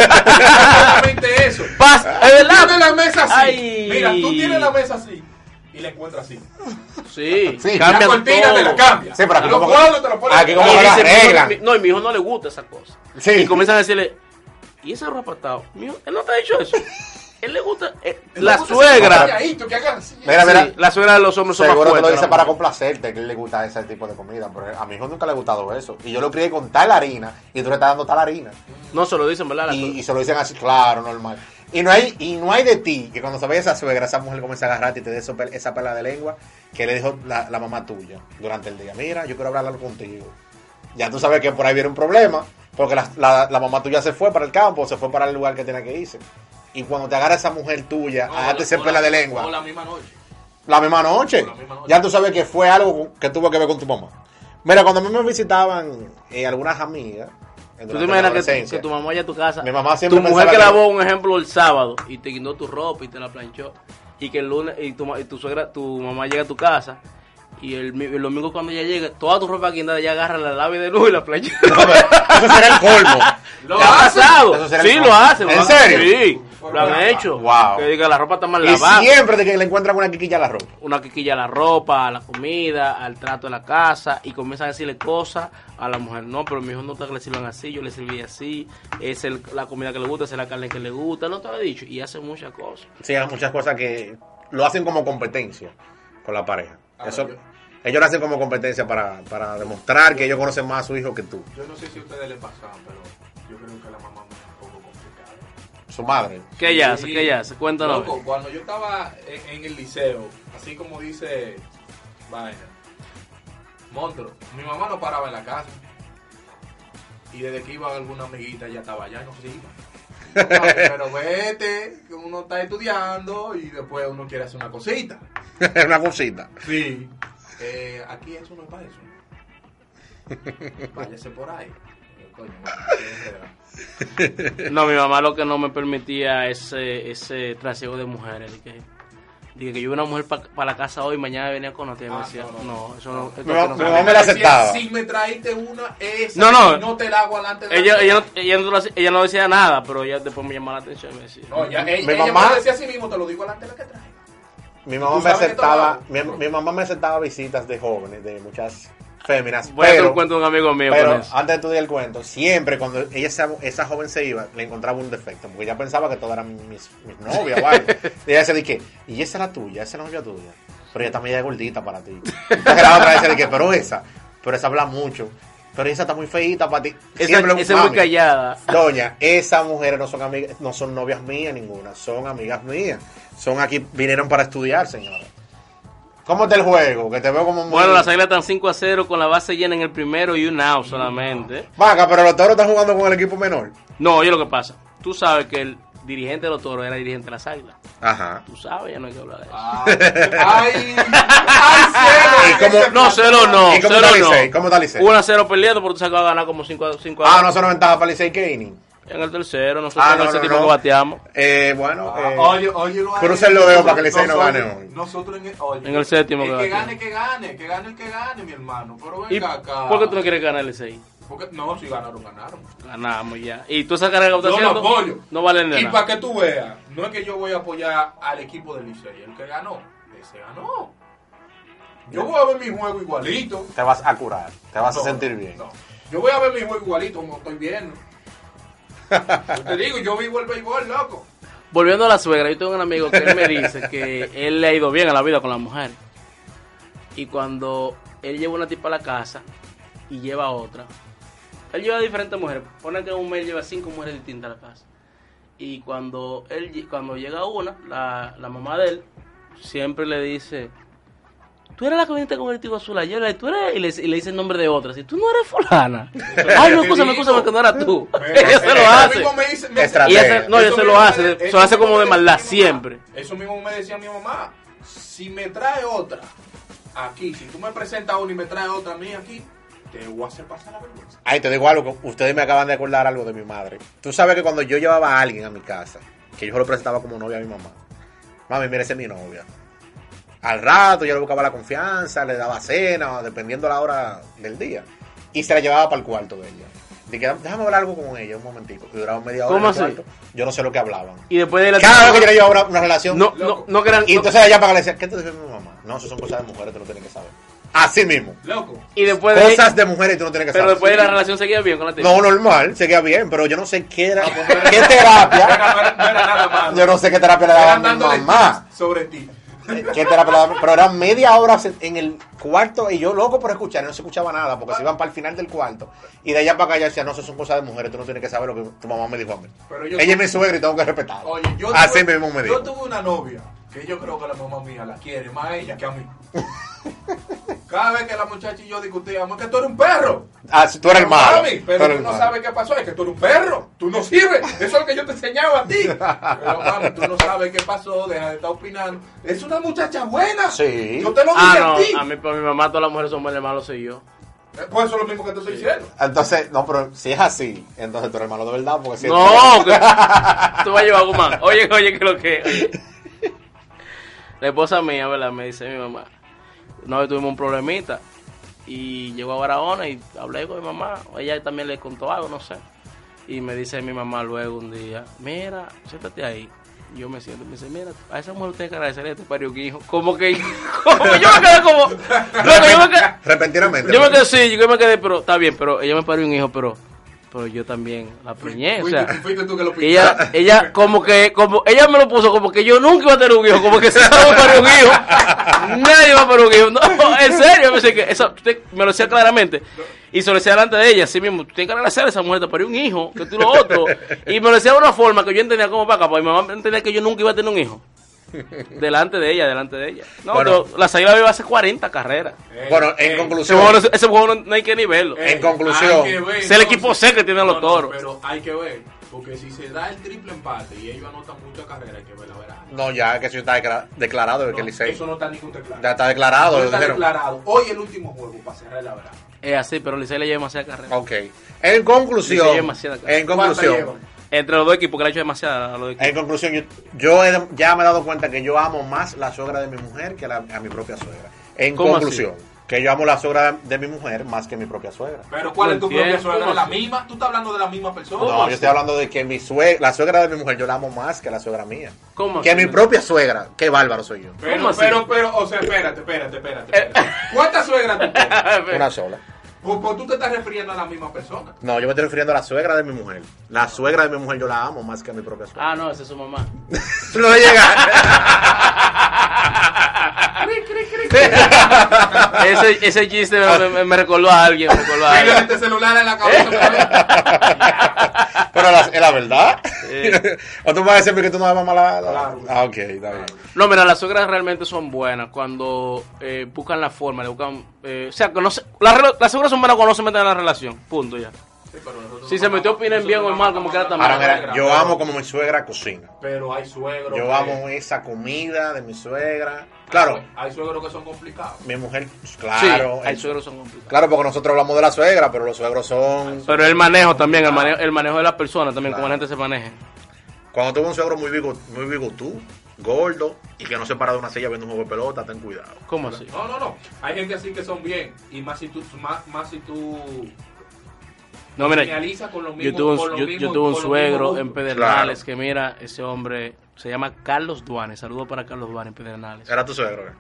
[SPEAKER 5] exactamente eso.
[SPEAKER 4] Pasa, es
[SPEAKER 5] Tú
[SPEAKER 4] verdad.
[SPEAKER 5] tienes la mesa así.
[SPEAKER 4] Ay.
[SPEAKER 5] Mira, tú tienes la mesa así. Y la encuentras así.
[SPEAKER 4] Sí,
[SPEAKER 3] Sí,
[SPEAKER 4] cambia
[SPEAKER 5] la cortina
[SPEAKER 4] todo.
[SPEAKER 5] te la cambia.
[SPEAKER 3] Sí, pero aquí
[SPEAKER 5] Los
[SPEAKER 3] como-
[SPEAKER 5] cuadros te los pones.
[SPEAKER 3] aquí como-
[SPEAKER 4] Y
[SPEAKER 3] la
[SPEAKER 4] dice, mi hijo-
[SPEAKER 3] arreglan.
[SPEAKER 4] mi- no, y mi hijo no le gusta esa cosa.
[SPEAKER 3] Sí.
[SPEAKER 4] Y comienzan a decirle, ¿y esa ropa está? Mi hijo, él no te ha dicho eso. Él le gusta. eh, la suegra.
[SPEAKER 5] Ahí, tú que hagas así.
[SPEAKER 3] Mira, mira.
[SPEAKER 4] Sí, la suegra de los hombres son más
[SPEAKER 3] Seguro te lo
[SPEAKER 4] fuertes,
[SPEAKER 3] dice
[SPEAKER 4] la
[SPEAKER 3] para
[SPEAKER 4] mujer.
[SPEAKER 3] complacerte que le gusta ese tipo de comida, pero a mi hijo nunca le ha gustado eso. Y yo lo crié con tal harina y tú le estás dando tal harina.
[SPEAKER 4] No se lo dicen, ¿verdad? La
[SPEAKER 3] Y,
[SPEAKER 4] suegra.
[SPEAKER 3] y se lo dicen así, claro, normal. Y no hay y no hay de ti que cuando se vaya esa suegra, esa mujer comienza a agarrarte y te dé eso- esa perla de lengua que le dijo la, la mamá tuya durante el día. Mira, yo quiero hablar algo contigo. Ya tú sabes que por ahí viene un problema, porque la, la- la mamá tuya se fue para el campo, se fue para el lugar que tenía que irse. Y cuando te agarra esa mujer tuya,
[SPEAKER 5] No,
[SPEAKER 3] a darte
[SPEAKER 5] o
[SPEAKER 3] esa
[SPEAKER 5] la-
[SPEAKER 3] perla de
[SPEAKER 5] O
[SPEAKER 3] lengua.
[SPEAKER 5] la misma noche.
[SPEAKER 3] La misma noche.
[SPEAKER 5] La misma noche.
[SPEAKER 3] Ya tú sabes que fue algo que tuvo que ver con tu mamá. Mira, cuando a mí me visitaban eh, algunas amigas. en
[SPEAKER 4] ¿Tú te imaginas que, tu-
[SPEAKER 3] adolescencia,
[SPEAKER 4] que tu mamá vaya a tu casa?
[SPEAKER 3] Mi mamá siempre
[SPEAKER 4] Tu mujer
[SPEAKER 3] pensaba
[SPEAKER 4] que
[SPEAKER 3] que-
[SPEAKER 4] lavó, un ejemplo, el sábado y te guindó tu ropa y te la planchó. Y que el lunes, y tu, ma- y tu suegra, tu mamá llega a tu casa Y el, mi- el domingo cuando ya llegue, toda tu ropa guindada ya agarra la lave de luz y la plancha.
[SPEAKER 3] Eso será el colmo.
[SPEAKER 4] Lo
[SPEAKER 3] Ya,
[SPEAKER 4] ha pasado.
[SPEAKER 3] eso será el
[SPEAKER 4] Sí,
[SPEAKER 3] colmo.
[SPEAKER 4] lo hacen.
[SPEAKER 3] ¿En
[SPEAKER 4] lo hacen,
[SPEAKER 3] serio?
[SPEAKER 4] Sí, lo han hecho.
[SPEAKER 3] Wow.
[SPEAKER 4] Que diga, la ropa está mal
[SPEAKER 3] Y
[SPEAKER 4] lavada.
[SPEAKER 3] siempre de que le encuentran una quiquilla a la ropa.
[SPEAKER 4] Una que quilla la ropa, a la comida, al trato de la casa y comienza a decirle cosas a la mujer. No, pero mi hijo no está que le sirvan así, yo le serví así. Es el- la comida que le gusta, es la carne que le gusta. No te lo he dicho. Y hace muchas cosas.
[SPEAKER 3] Sí, hay muchas cosas que lo hacen como competencia con la pareja.
[SPEAKER 5] Ah,
[SPEAKER 3] Eso,
[SPEAKER 5] yo-
[SPEAKER 3] ellos lo hacen como competencia para, para demostrar que ellos conocen más a su hijo que tú.
[SPEAKER 5] Yo no sé si a ustedes les pasaba, pero yo creo que la mamá me es un poco complicada.
[SPEAKER 3] Su madre.
[SPEAKER 4] ¿Qué ella hace?
[SPEAKER 5] Sí.
[SPEAKER 4] ¿Qué ella hace? Cuéntanos.
[SPEAKER 5] Loco, cuando yo estaba en, en el liceo, así como dice Vaina, Montro, mi mamá no paraba en la casa. Y desde que iba alguna amiguita ya estaba allá, no se iba. Ay, Pero vete, que uno está estudiando y después uno quiere hacer una cosita.
[SPEAKER 3] Es una cosita.
[SPEAKER 5] Sí. Eh, aquí eso no es para eso. Váyase por ahí. Eh, Coño, bueno, qué enredado.
[SPEAKER 4] No, mi mamá lo que no me permitía ese, ese trasiego de mujeres. Dije, dije que yo iba una mujer para la casa hoy, mañana venía con otra. Y me
[SPEAKER 5] Ah,
[SPEAKER 4] decía,
[SPEAKER 5] no,
[SPEAKER 4] no,
[SPEAKER 5] no,
[SPEAKER 4] eso no. esto
[SPEAKER 3] Mi mamá-
[SPEAKER 4] no
[SPEAKER 3] mi
[SPEAKER 4] se
[SPEAKER 3] mamá
[SPEAKER 4] hace".
[SPEAKER 3] me la aceptaba.
[SPEAKER 5] Si me traíste una, esa,
[SPEAKER 4] No, no.
[SPEAKER 5] y no te la hago adelante. de la
[SPEAKER 4] Ella,
[SPEAKER 5] mesa.
[SPEAKER 4] ella, no, ella, no lo hacía- ella no decía nada, pero ella después me llamaba la atención y me decía.
[SPEAKER 5] No, ya, ella,
[SPEAKER 3] Mi
[SPEAKER 5] ella
[SPEAKER 3] mamá-
[SPEAKER 5] me lo decía así mismo, te lo digo adelante de la que trae.
[SPEAKER 3] Mi
[SPEAKER 5] ¿Tú
[SPEAKER 3] mamá me
[SPEAKER 5] sabes de
[SPEAKER 3] aceptaba,
[SPEAKER 5] todo?
[SPEAKER 3] mi, mi mamá me aceptaba visitas de jóvenes, de muchas féminas.
[SPEAKER 4] Voy a hacer
[SPEAKER 3] pero-
[SPEAKER 4] un cuento de un amigo mío
[SPEAKER 3] Pero
[SPEAKER 4] con eso.
[SPEAKER 3] antes de tu el cuento, siempre cuando ella se- esa joven se iba, le encontraba un defecto, porque ella pensaba que todas eran mis, mis novias o algo. Y ella se dije, y esa era tuya, esa era novia tuya. Pero ella también era gordita para ti. Entonces la otra vez se dije, pero esa, pero esa habla mucho. Pero esa está muy feíta para ti.
[SPEAKER 4] Esa,
[SPEAKER 3] Siempre,
[SPEAKER 4] esa es muy
[SPEAKER 3] mami,
[SPEAKER 4] callada.
[SPEAKER 3] Doña, esas mujeres no son amigas, no son novias mías ninguna, son amigas mías. Son aquí, vinieron para estudiar, señora. ¿Cómo está el juego? Que te veo como muy...
[SPEAKER 4] Bueno, las águilas están 5 a 0 con la base llena en el primero y un out solamente.
[SPEAKER 3] Vaca, pero los toros están jugando con el equipo menor.
[SPEAKER 4] No, oye lo que pasa. Tú sabes que el dirigente de los toros era dirigente de las águilas.
[SPEAKER 3] Ajá.
[SPEAKER 4] Tú sabes, ya no hay que hablar de eso.
[SPEAKER 3] Ah,
[SPEAKER 5] Ah. ay, ay,
[SPEAKER 3] Y como-
[SPEAKER 4] No, cero no.
[SPEAKER 3] ¿Y cómo
[SPEAKER 4] cero
[SPEAKER 3] está
[SPEAKER 4] no.
[SPEAKER 3] Licey? ¿Cómo está Licey?
[SPEAKER 4] 1 a 0 peleando, pero tú sabes que va a ganar como 5 a 5
[SPEAKER 3] Ah, no, se nos ventaja para Licey Kane.
[SPEAKER 4] En el tercero, nosotros
[SPEAKER 3] Ah,
[SPEAKER 4] en el
[SPEAKER 3] no, no,
[SPEAKER 4] séptimo
[SPEAKER 3] no.
[SPEAKER 4] que bateamos.
[SPEAKER 3] Eh, bueno, eh,
[SPEAKER 5] Ah, oye, oye, lo
[SPEAKER 3] Crucen los dedos para que el Licey no
[SPEAKER 5] Nosotros-
[SPEAKER 3] gane hoy.
[SPEAKER 5] Nosotros en el, oye,
[SPEAKER 4] En el séptimo
[SPEAKER 5] el
[SPEAKER 4] que
[SPEAKER 5] que
[SPEAKER 4] va a
[SPEAKER 5] gane, que gane, que gane el que gane, mi hermano. Pero
[SPEAKER 4] ¿Y
[SPEAKER 5] venga acá.
[SPEAKER 4] por qué tú no quieres ganar el 6?
[SPEAKER 5] Porque- no, si ganaron, ganaron.
[SPEAKER 4] Ganamos ya. ¿Y tú esa carrera que estás
[SPEAKER 5] Yo lo
[SPEAKER 4] haciendo?
[SPEAKER 5] apoyo.
[SPEAKER 4] No vale
[SPEAKER 5] Y
[SPEAKER 4] nada.
[SPEAKER 5] para que tú veas, no es que yo voy a apoyar al equipo del Licey, el que ganó, ese ganó. Yo voy a ver mi juego igualito.
[SPEAKER 3] te vas a curar, te vas
[SPEAKER 5] No,
[SPEAKER 3] a sentir bien.
[SPEAKER 5] no. Yo voy a ver mi juego igualito como estoy viendo. Yo te digo, yo vivo el béisbol, loco.
[SPEAKER 4] Volviendo a la suegra, yo tengo un amigo que él me dice que él le ha ido bien a la vida con la mujer. Y cuando él lleva una tipa a la casa y lleva otra, él lleva a diferentes mujeres. Pone que en un mes lleva cinco mujeres distintas a la casa. Y cuando él lle- cuando llega una, la, la mamá de él siempre le dice, tú eres la que viniste con el tío azul ayer, y tú eres, y le, y le dice el nombre de otra. Si tú no eres fulana. Ay, no, escúchame, escúchame, que no era tú. Ella se lo
[SPEAKER 5] Eso
[SPEAKER 4] hace.
[SPEAKER 5] mismo eh, me dice- me-
[SPEAKER 3] Estrategia.
[SPEAKER 4] Y ese, no,
[SPEAKER 5] eso
[SPEAKER 4] yo se
[SPEAKER 5] mismo
[SPEAKER 4] lo
[SPEAKER 5] me-
[SPEAKER 4] hace,
[SPEAKER 5] eso
[SPEAKER 4] se lo hace
[SPEAKER 5] mismo
[SPEAKER 4] como de
[SPEAKER 5] me decía
[SPEAKER 4] maldad
[SPEAKER 5] mi mamá.
[SPEAKER 4] siempre.
[SPEAKER 5] Eso mismo me decía mi mamá. Si me trae otra aquí, si tú me presentas una y me traes otra a mí aquí, te voy a hacer pasar la vergüenza.
[SPEAKER 3] Ay, te digo algo, que ustedes me acaban de acordar algo de mi madre. Tú sabes que cuando yo llevaba a alguien a mi casa, que yo lo presentaba como novia a mi mamá, mami, mire, esa es mi novia. Al rato yo le buscaba la confianza, le daba cena, dependiendo la hora del día, y se la llevaba para el cuarto de ella. Dije, déjame hablar algo con ella un momentico. Y duraba media hora
[SPEAKER 4] ¿Cómo
[SPEAKER 3] en el
[SPEAKER 4] así?
[SPEAKER 3] cuarto. Yo no sé lo que hablaban.
[SPEAKER 4] Y después de la
[SPEAKER 3] Cada vez que yo le llevaba una, una relación,
[SPEAKER 4] no, no, no que eran-
[SPEAKER 3] Y
[SPEAKER 4] no-
[SPEAKER 3] entonces allá para que le decía, ¿qué te dice mi mamá? No, eso son cosas de mujeres, tú no tienes que saber. Así mismo.
[SPEAKER 5] Loco.
[SPEAKER 4] y después de-
[SPEAKER 3] Cosas de mujeres, tú no tienes que
[SPEAKER 4] pero
[SPEAKER 3] saber.
[SPEAKER 4] después de la relación seguía bien
[SPEAKER 5] Este,
[SPEAKER 4] con la tipa.
[SPEAKER 3] No, normal, seguía bien, pero yo no sé qué
[SPEAKER 5] Ah,
[SPEAKER 3] era,
[SPEAKER 5] pues,
[SPEAKER 3] qué terapia.
[SPEAKER 5] No era, no era nada malo.
[SPEAKER 3] Yo no sé qué terapia le daba a
[SPEAKER 5] Eran
[SPEAKER 3] mi
[SPEAKER 5] dándole
[SPEAKER 3] mamá.
[SPEAKER 5] tips sobre ti.
[SPEAKER 3] Eh,
[SPEAKER 5] pues,
[SPEAKER 3] ¿Qué terapia le daba? Pero eran media hora se- en el cuarto y yo loco por escuchar, y no se escuchaba nada porque se iban para el final del cuarto. Y de allá para acá yo decía, no, eso son cosas de mujeres, tú no tienes que saber lo que tu mamá me dijo a mí.
[SPEAKER 5] Pero yo-
[SPEAKER 3] Ella es mi suegra y tengo que respetarla.
[SPEAKER 5] Oye, yo
[SPEAKER 3] Así
[SPEAKER 5] tuve,
[SPEAKER 3] mismo me
[SPEAKER 5] yo
[SPEAKER 3] dijo.
[SPEAKER 5] tuve una novia que yo creo que la mamá mía la quiere más a ella que a mí. Cada vez que la muchacha y yo discutíamos, que tú eres un perro.
[SPEAKER 3] Ah, sí, tú eres el malo.
[SPEAKER 5] Mami,
[SPEAKER 3] tú
[SPEAKER 5] pero
[SPEAKER 3] eres
[SPEAKER 5] tú
[SPEAKER 3] el
[SPEAKER 5] no
[SPEAKER 3] malo.
[SPEAKER 5] sabes qué pasó, es que tú eres un perro, tú no sirves, eso es lo que yo te enseñaba a ti. Pero mami, tú no sabes qué pasó, deja de estar opinando. Es una muchacha buena.
[SPEAKER 3] Sí.
[SPEAKER 5] Yo te lo dije
[SPEAKER 4] Ah,
[SPEAKER 5] a ti.
[SPEAKER 4] no, a mí, para mi mamá, todas las mujeres son buenas, el malo soy yo.
[SPEAKER 5] Eh, Pues eso es lo mismo que te estoy diciendo.
[SPEAKER 3] Entonces, no, pero si es así, entonces tú eres malo de verdad, porque si
[SPEAKER 4] No, que- tú vas a llevar algo más. Oye, oye, que lo que. oye. La esposa mía, ¿verdad? Me dice mi mamá. una vez tuvimos un problemita y llegó a Barahona y hablé con mi mamá, ella también le contó algo, no sé. Y me dice mi mamá luego un día, mira, siéntate ahí. Yo me siento y me dice, mira, a esa mujer usted que agradecerle este parioquijo. Como que, como que yo me quedé como, loco, yo me quedé,
[SPEAKER 3] Repentinamente.
[SPEAKER 4] yo me quedé, sí, yo me quedé, pero está bien, pero ella me parió un hijo, pero, pero yo también la preñé, o
[SPEAKER 5] Fuiste-
[SPEAKER 4] sea.
[SPEAKER 5] fuiste tú que lo pintaste.
[SPEAKER 4] Ella, ella, como que, como, ella me lo puso como que yo nunca iba a tener un hijo, como que si no voy a parir un hijo, nadie va a parir un hijo. No, en serio, me, dice que eso, usted me lo decía claramente. Y se lo decía delante de ella, así mismo, tú tienes que agradecer a esa mujer, te parió un hijo, que tú lo otro. Y me lo decía de una forma que yo entendía como para acá, porque mi mamá entendía que yo nunca iba a tener un hijo. Delante de ella, delante de ella. No,
[SPEAKER 3] Bueno.
[SPEAKER 4] pero la Sagrada Viva hace 40 carreras.
[SPEAKER 5] Eh,
[SPEAKER 3] Bueno, en
[SPEAKER 5] eh,
[SPEAKER 4] Ese
[SPEAKER 3] conclusión.
[SPEAKER 4] juego, no- ese juego no, no hay que ni verlo.
[SPEAKER 3] en conclusión,
[SPEAKER 5] hay que ver,
[SPEAKER 4] es el equipo C que tienen los
[SPEAKER 5] No, no,
[SPEAKER 4] toros.
[SPEAKER 5] pero hay que ver, porque si se da el triple empate y ellos anotan mucha carrera, hay que ver la verdad.
[SPEAKER 3] No, ya que eso está declara- declarado de que el
[SPEAKER 5] No,
[SPEAKER 3] Licey.
[SPEAKER 5] eso no está ningún declarado.
[SPEAKER 3] Ya está declarado,
[SPEAKER 5] No
[SPEAKER 3] lo
[SPEAKER 5] está
[SPEAKER 3] dijeron.
[SPEAKER 5] declarado. Hoy el último juego para cerrar la verdad.
[SPEAKER 4] Es así, pero Licey le lleva demasiada carrera.
[SPEAKER 3] Ok. En conclusión,
[SPEAKER 4] Licey demasiada carrera.
[SPEAKER 3] en
[SPEAKER 5] ¿Cuántas
[SPEAKER 3] conclusión,
[SPEAKER 5] llevan?
[SPEAKER 4] Entre los dos equipos, que le ha hecho demasiada a los dos equipos.
[SPEAKER 3] en conclusión, yo, yo he- ya me he dado cuenta que yo amo más la suegra de mi mujer que la- a mi propia suegra. En
[SPEAKER 4] ¿Cómo
[SPEAKER 3] conclusión, que yo amo la sugra de mi mujer más que mi propia suegra.
[SPEAKER 5] Pero ¿cuál
[SPEAKER 4] No
[SPEAKER 5] es tu
[SPEAKER 4] entiendo.
[SPEAKER 5] propia suegra?
[SPEAKER 4] ¿Cómo
[SPEAKER 5] ¿La
[SPEAKER 4] así?
[SPEAKER 5] misma? ¿Tú estás hablando de la misma persona?
[SPEAKER 3] No, yo estoy hablando de que mi sue- la suegra de mi mujer yo la amo más que la suegra mía.
[SPEAKER 4] ¿Cómo
[SPEAKER 3] Que
[SPEAKER 4] así?
[SPEAKER 3] mi propia suegra. Qué bárbaro soy yo.
[SPEAKER 5] Pero,
[SPEAKER 4] ¿Cómo así?
[SPEAKER 5] pero, pero, o sea, espérate, espérate, espérate.
[SPEAKER 3] Eh.
[SPEAKER 5] espérate. ¿Cuántas suegras tú tienes?
[SPEAKER 3] Una sola.
[SPEAKER 5] Pues, pues tú te estás refiriendo a la misma persona.
[SPEAKER 3] No, yo me estoy refiriendo a la suegra de mi mujer. La suegra de mi mujer yo la amo más que a mi propia suegra.
[SPEAKER 4] Ah, no, esa es su mamá.
[SPEAKER 3] No llega.
[SPEAKER 4] ese, ese chiste me, me- me recordó a alguien. Me recordó a
[SPEAKER 5] Mira
[SPEAKER 4] alguien.
[SPEAKER 5] este celular en la cabeza. pero-
[SPEAKER 3] Pero la, es la verdad.
[SPEAKER 4] Sí.
[SPEAKER 3] ¿O tú vas a decirme que tú no amas la, la...
[SPEAKER 5] Claro.
[SPEAKER 3] Ah, ok, está bien.
[SPEAKER 4] No, mira, las suegras realmente son buenas cuando eh, buscan la forma, le buscan... eh, o sea, que no se- las, rela- las suegras son buenas cuando no se meten en la relación, punto ya.
[SPEAKER 5] Sí, pero nosotros
[SPEAKER 4] Si
[SPEAKER 5] no
[SPEAKER 4] se metió,
[SPEAKER 5] matamos-
[SPEAKER 4] opinen bien o
[SPEAKER 5] nosotros
[SPEAKER 4] mal,
[SPEAKER 5] no
[SPEAKER 4] como
[SPEAKER 5] matamos
[SPEAKER 4] quiera,
[SPEAKER 5] a
[SPEAKER 4] está
[SPEAKER 5] la
[SPEAKER 3] Ahora,
[SPEAKER 4] mal.
[SPEAKER 5] suegra,
[SPEAKER 3] mira, yo
[SPEAKER 5] pero-
[SPEAKER 3] amo como mi suegra cocina.
[SPEAKER 5] Pero hay suegros.
[SPEAKER 3] Yo
[SPEAKER 5] que-
[SPEAKER 3] amo esa comida de mi suegra. Claro,
[SPEAKER 5] Hay suegros que son complicados.
[SPEAKER 3] mi mujer, pues,
[SPEAKER 4] Sí,
[SPEAKER 3] claro.
[SPEAKER 4] hay
[SPEAKER 3] el-
[SPEAKER 4] suegros son complicados.
[SPEAKER 3] Claro, porque nosotros hablamos de la suegra, pero los suegros son...
[SPEAKER 4] Pero el manejo también, el manejo, el manejo de las personas también, como la gente se maneje.
[SPEAKER 3] Cuando tuve un suegro muy, bigo, muy bigotú, gordo, y que no se para de una silla viendo un juego de pelota, ten cuidado.
[SPEAKER 4] ¿Cómo así?
[SPEAKER 5] No, no, no. Hay gente así que son bien. Y más si tú, más, más si tú
[SPEAKER 4] No, mira,
[SPEAKER 5] realiza con los
[SPEAKER 4] yo
[SPEAKER 5] mismos.
[SPEAKER 4] tuve un,
[SPEAKER 5] con los
[SPEAKER 4] yo, yo
[SPEAKER 5] mismos-
[SPEAKER 4] tuve un
[SPEAKER 5] con los
[SPEAKER 4] suegro
[SPEAKER 5] mismos
[SPEAKER 4] en
[SPEAKER 5] gustos.
[SPEAKER 4] Pedernales que mira, ese hombre se llama Carlos Duanes. Saludos para Carlos Duanes, Pedernales.
[SPEAKER 3] Era tu suegro. ¿eh?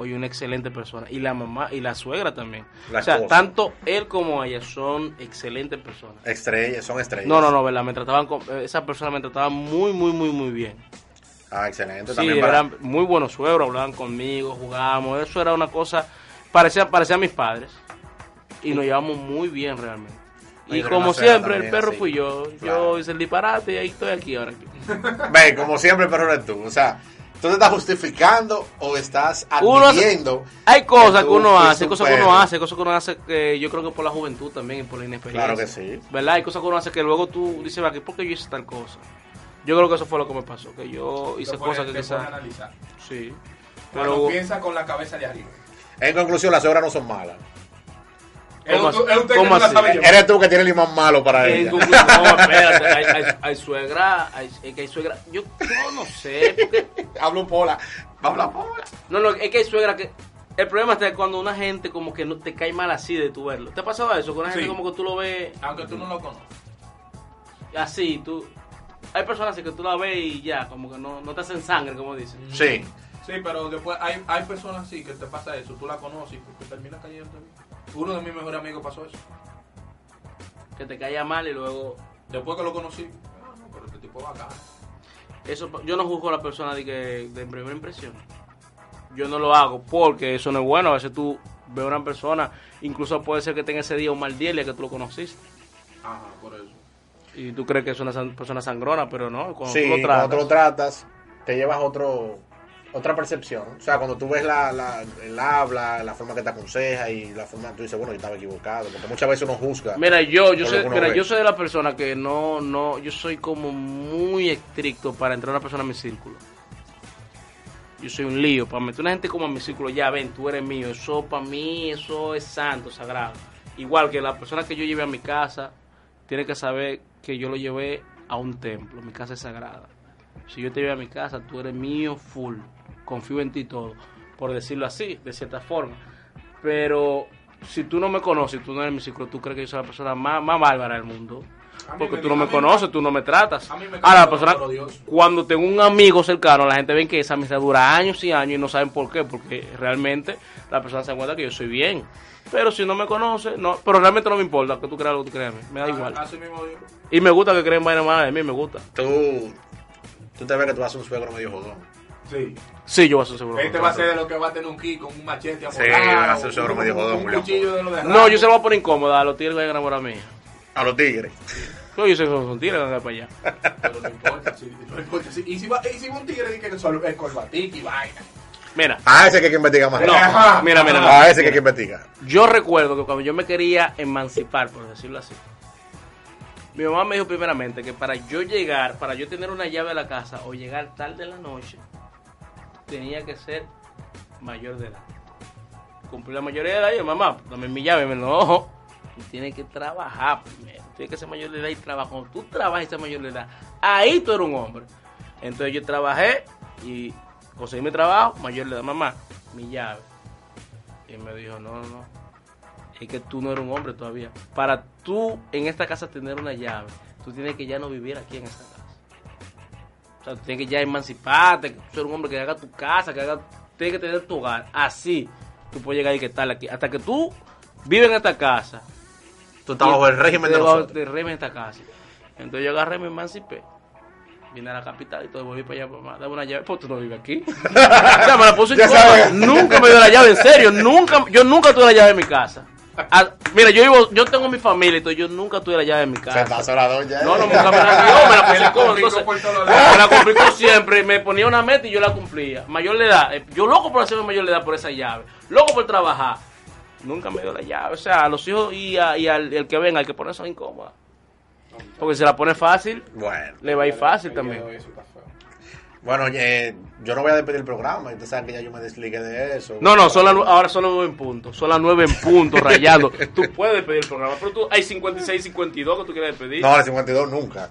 [SPEAKER 4] Hoy una excelente persona. Y la mamá y la suegra también.
[SPEAKER 3] La
[SPEAKER 4] o sea,
[SPEAKER 3] esposa.
[SPEAKER 4] tanto él como ella son excelentes personas.
[SPEAKER 3] Estrellas, son estrellas.
[SPEAKER 4] No, no, no, verdad, me trataban con, eh, esa persona me trataba muy, muy, muy, muy bien.
[SPEAKER 3] Ah, excelente.
[SPEAKER 4] Sí,
[SPEAKER 3] También para...
[SPEAKER 4] eran muy buenos suegros, hablaban conmigo, jugábamos, eso era una cosa, parecía, parecía a mis padres. Y nos llevamos muy bien realmente.
[SPEAKER 3] Ay,
[SPEAKER 4] Y
[SPEAKER 3] pero
[SPEAKER 4] como
[SPEAKER 3] una suegra
[SPEAKER 4] siempre, el
[SPEAKER 3] también
[SPEAKER 4] perro
[SPEAKER 3] así.
[SPEAKER 4] fui yo.
[SPEAKER 3] Claro.
[SPEAKER 4] Yo hice el disparate y ahí estoy aquí ahora.
[SPEAKER 3] Ve, como siempre, pero eres tú. O sea, ¿tú te estás justificando o estás
[SPEAKER 4] Uno hace-
[SPEAKER 3] admitiendo?
[SPEAKER 4] Hay cosas
[SPEAKER 3] tú
[SPEAKER 4] que uno
[SPEAKER 3] fuiste
[SPEAKER 4] hace,
[SPEAKER 3] un
[SPEAKER 4] cosas que uno
[SPEAKER 3] perro?
[SPEAKER 4] hace, cosas que uno hace que yo creo que por la juventud también y por la inexperiencia.
[SPEAKER 3] Claro que sí.
[SPEAKER 4] ¿Verdad? Hay cosas que uno hace que luego tú dices, "Va, ¿qué- ¿por qué yo hice tal cosa? Yo creo que eso fue lo que me pasó, que yo
[SPEAKER 5] Te
[SPEAKER 4] hice
[SPEAKER 5] pones-
[SPEAKER 4] cosas que
[SPEAKER 5] te pones a
[SPEAKER 4] quizás...
[SPEAKER 5] analizar.
[SPEAKER 4] Sí.
[SPEAKER 5] Pero
[SPEAKER 4] Pero
[SPEAKER 5] piensa con la cabeza de arriba.
[SPEAKER 3] En conclusión, las suegras no son malas.
[SPEAKER 5] Es
[SPEAKER 4] ¿Cómo
[SPEAKER 5] usted
[SPEAKER 4] así?
[SPEAKER 5] es usted que
[SPEAKER 4] ¿Cómo
[SPEAKER 5] no la
[SPEAKER 4] así?
[SPEAKER 5] sabe
[SPEAKER 4] Eh,
[SPEAKER 5] llevar.
[SPEAKER 3] Eres tú que tiene el imán malo para
[SPEAKER 4] en
[SPEAKER 3] ella.
[SPEAKER 4] conclusión, no, espérate, hay, hay- hay suegra, hay, es que hay suegra, yo, yo no sé, porque-
[SPEAKER 3] Hablo pola. Habla pola.
[SPEAKER 4] no, no, es que hay suegra que... El problema está cuando una gente como que no te cae mal así de tu verlo. ¿Te ha pasado eso? Con una gente
[SPEAKER 5] Sí.
[SPEAKER 4] como que tú lo ves
[SPEAKER 5] Aunque tú no lo conozcas.
[SPEAKER 4] así, tú... Hay personas así que tú la ves y ya, como que no, no te hacen sangre, como dicen.
[SPEAKER 3] Sí.
[SPEAKER 5] Sí, pero después hay, hay personas así que te pasa eso. Tú la conoces y te terminas cayendo. Uno de mis mejores amigos pasó eso.
[SPEAKER 4] Que te caía mal y luego...
[SPEAKER 5] Después que lo conocí. "Ah, no, Pero este tipo es bacán.
[SPEAKER 4] Eso, yo no juzgo a la persona de, que, de primera impresión. Yo no lo hago porque eso no es bueno. A veces tú ves a una persona, incluso puede ser que tenga ese día un mal día el día que tú lo conociste.
[SPEAKER 5] Ajá, por eso.
[SPEAKER 4] Y tú crees que es una san- persona sangrona, pero no, cuando
[SPEAKER 3] sí,
[SPEAKER 4] tú lo tratas.
[SPEAKER 3] cuando tú lo tratas, te llevas otro otra percepción. O sea, cuando tú ves la, la- el habla, la forma que te aconseja y la forma tú dices, bueno, yo estaba equivocado. Porque muchas veces uno juzga.
[SPEAKER 4] Mira, yo, yo
[SPEAKER 3] Por
[SPEAKER 4] soy,
[SPEAKER 3] alguna
[SPEAKER 4] mira,
[SPEAKER 3] vez.
[SPEAKER 4] yo soy de la persona que no, no, yo soy como muy estricto para entrar una persona a mi círculo. Yo soy un lío, para meter una gente como a mi círculo, ya ven, tú eres mío, eso para mí, eso es santo, sagrado. Igual que la persona que yo llevé a mi casa, tiene que saber que yo lo llevé a un templo, mi casa es sagrada. Si yo te llevé a mi casa, tú eres mío full, confío en ti todo. por decirlo así, de cierta forma. Pero si tú no me conoces, tú no eres mi ciclo, tú crees que yo soy la persona más, más bárbara del mundo.
[SPEAKER 5] A mí
[SPEAKER 4] Porque
[SPEAKER 5] me-
[SPEAKER 4] tú
[SPEAKER 5] a
[SPEAKER 4] no me
[SPEAKER 5] mí-
[SPEAKER 4] conoces, tú no me tratas.
[SPEAKER 5] a mí me
[SPEAKER 4] Ahora, la
[SPEAKER 5] cae
[SPEAKER 4] persona,
[SPEAKER 5] todo odioso.
[SPEAKER 4] cuando tengo un amigo cercano, la gente ve que esa amistad dura años y años y no saben por qué, porque realmente la persona se da cuenta que yo soy bien. Pero si no me conoce, no, pero realmente no me importa que tú creas lo que tú creas, a mí, me da igual.
[SPEAKER 5] Así mismo digo.
[SPEAKER 4] Y me gusta que creen vainas malas de mí, me gusta.
[SPEAKER 3] Tú, tú te ves que tú vas a un suegro medio jodón.
[SPEAKER 5] Sí.
[SPEAKER 4] Sí, yo voy a ser seguro.
[SPEAKER 5] Este va a ser de lo que va a tener un ki con un machete
[SPEAKER 3] Sí,
[SPEAKER 5] amolado,
[SPEAKER 3] va a ser sobre
[SPEAKER 5] un-
[SPEAKER 3] medio jodón,
[SPEAKER 5] Un
[SPEAKER 3] Julio.
[SPEAKER 5] cuchillo de lo de
[SPEAKER 4] No, yo se lo voy a poner incómoda, a los tigres que vayan a enamorar a mí.
[SPEAKER 3] A los tigres.
[SPEAKER 4] Yo, yo sé que son tigres que van a ir para allá.
[SPEAKER 5] Pero no importa, sí, no importa. sí. Y si va, y si va un tigre dice que es solo- es corbatica y vaina.
[SPEAKER 4] Mira,
[SPEAKER 3] A ese que hay que investigar más.
[SPEAKER 4] no,
[SPEAKER 5] Ajá.
[SPEAKER 4] mira, mira, no.
[SPEAKER 3] A ese que hay que investigar.
[SPEAKER 4] Yo recuerdo que cuando yo me quería emancipar, por decirlo así, mi mamá me dijo primeramente que para yo llegar, para yo tener una llave de la casa o llegar tarde en la noche, tenía que ser mayor de edad. Cumplí la mayoría de edad y yo, mamá, dame mi llave, me no, ojo, tú tienes que trabajar primero, tienes que ser mayor de edad y trabajar. Cuando tú trabajas y seas mayor de edad, ahí tú eres un hombre. Entonces yo trabajé y conseguí mi trabajo, mayor de edad, mamá, mi llave. Y me dijo, no, no, no. Es que tú no eres un hombre todavía. Para tú en esta casa tener una llave, tú tienes que ya no vivir aquí en esta casa. O sea, tú tienes que ya emanciparte, que tú eres un hombre que haga tu casa, que haga, tienes que tener tu hogar. Así tú puedes llegar y que tal aquí. Hasta que tú vives en esta casa.
[SPEAKER 3] Tú estás bajo el régimen de
[SPEAKER 4] Debajo
[SPEAKER 3] nosotros.
[SPEAKER 4] del régimen de esta casa. Entonces yo agarré, me emancipé. Vine a la capital y todo, volví para allá, mamá, dame una llave, pues tú no vives aquí. ya me la puse en
[SPEAKER 3] Ya
[SPEAKER 4] coma.
[SPEAKER 3] sabes.
[SPEAKER 4] Nunca me dio la llave, en serio, nunca, yo nunca tuve la llave en mi casa. Ah, mira, yo vivo, yo tengo mi familia y todo, yo nunca tuve la llave en mi
[SPEAKER 3] Se
[SPEAKER 4] casa.
[SPEAKER 3] pasó la doña.
[SPEAKER 4] Ah,
[SPEAKER 3] eh.
[SPEAKER 4] No, no, nunca me la dio, me la puse
[SPEAKER 5] Me
[SPEAKER 4] en
[SPEAKER 5] la
[SPEAKER 4] coma,
[SPEAKER 5] complicó
[SPEAKER 4] entonces,
[SPEAKER 5] por todos lados.
[SPEAKER 4] Me la complicó siempre, me ponía una meta y yo la cumplía. Mayor de edad, eh, yo loco por hacerme mayor de edad por esa llave, loco por trabajar. Nunca me dio la llave, o sea, a los hijos y, a- y al el que venga, el que pone eso incómoda. Porque si la pone fácil,
[SPEAKER 3] Bueno.
[SPEAKER 4] le va a ir fácil también.
[SPEAKER 5] Eso está feo.
[SPEAKER 3] Bueno, eh, yo no voy a despedir el programa. Ustedes saben que ya yo me desligué de eso.
[SPEAKER 4] No, no, son las nue- ahora son las nueve en punto. Son las nueve en punto, rayando. Tú puedes pedir el programa, pero tú hay 56 52 que tú quieres pedir.
[SPEAKER 3] No, a las 52 nunca.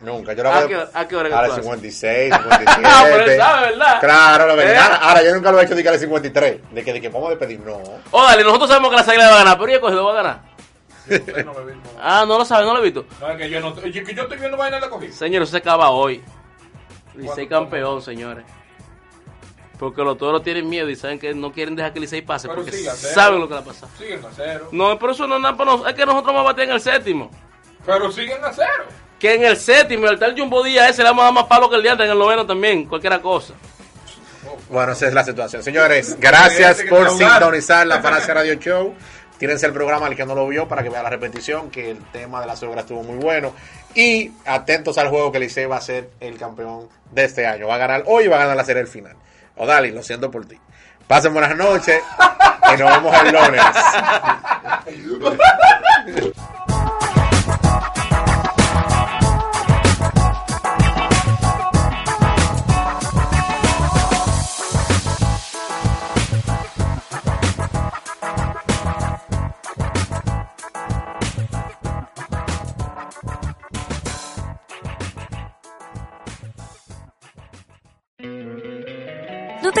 [SPEAKER 3] Nunca. Yo la
[SPEAKER 4] ¿A
[SPEAKER 3] voy
[SPEAKER 4] qué- a qué hora que
[SPEAKER 3] A
[SPEAKER 4] tú
[SPEAKER 3] las
[SPEAKER 4] haces?
[SPEAKER 3] 56, 57.
[SPEAKER 4] Ah, pero él sabe, ¿verdad?
[SPEAKER 3] Claro, la verdad.
[SPEAKER 4] ¿Eh?
[SPEAKER 3] Ahora, yo nunca lo he hecho de que a las 53. De que, de que vamos a despedir. No.
[SPEAKER 4] Oh, dale, nosotros sabemos que la águilas va a ganar, pero yo he cogido va a ganar.
[SPEAKER 5] Usted no me ve, no.
[SPEAKER 4] Ah, no lo sabe, no lo he visto.
[SPEAKER 5] No, es que yo no yo, que yo estoy viendo vaina en la cogida.
[SPEAKER 4] Señores, eso se acaba hoy. Licey
[SPEAKER 5] ¿Cuándo?
[SPEAKER 4] campeón, señores. Porque los toros tienen miedo y saben que no quieren dejar que Licey pase
[SPEAKER 5] Pero
[SPEAKER 4] porque
[SPEAKER 5] sí, la cero.
[SPEAKER 4] saben lo que va a pasar.
[SPEAKER 5] Siguen a cero.
[SPEAKER 4] No, pero eso no es nada para nosotros. Es que nosotros vamos a bater en el séptimo.
[SPEAKER 5] Pero siguen a cero.
[SPEAKER 4] Que en el séptimo, el tal Jumbo Díaz ese le vamos a dar más palo que el diante en el noveno también, cualquiera cosa.
[SPEAKER 3] Bueno, esa es la situación. Señores, gracias
[SPEAKER 5] Fíjate que
[SPEAKER 3] por
[SPEAKER 5] está hablando.
[SPEAKER 3] sintonizar la Falacia Radio Show. Tírense el programa al que no lo vio para que vea la repetición, que el tema de las obras estuvo muy bueno. Y atentos al juego que Licey va a ser el campeón de este año. Va a ganar hoy y va a ganar la serie del final. Odali, lo siento por ti. Pasen buenas noches y nos vemos el lunes.
[SPEAKER 7] ¿No te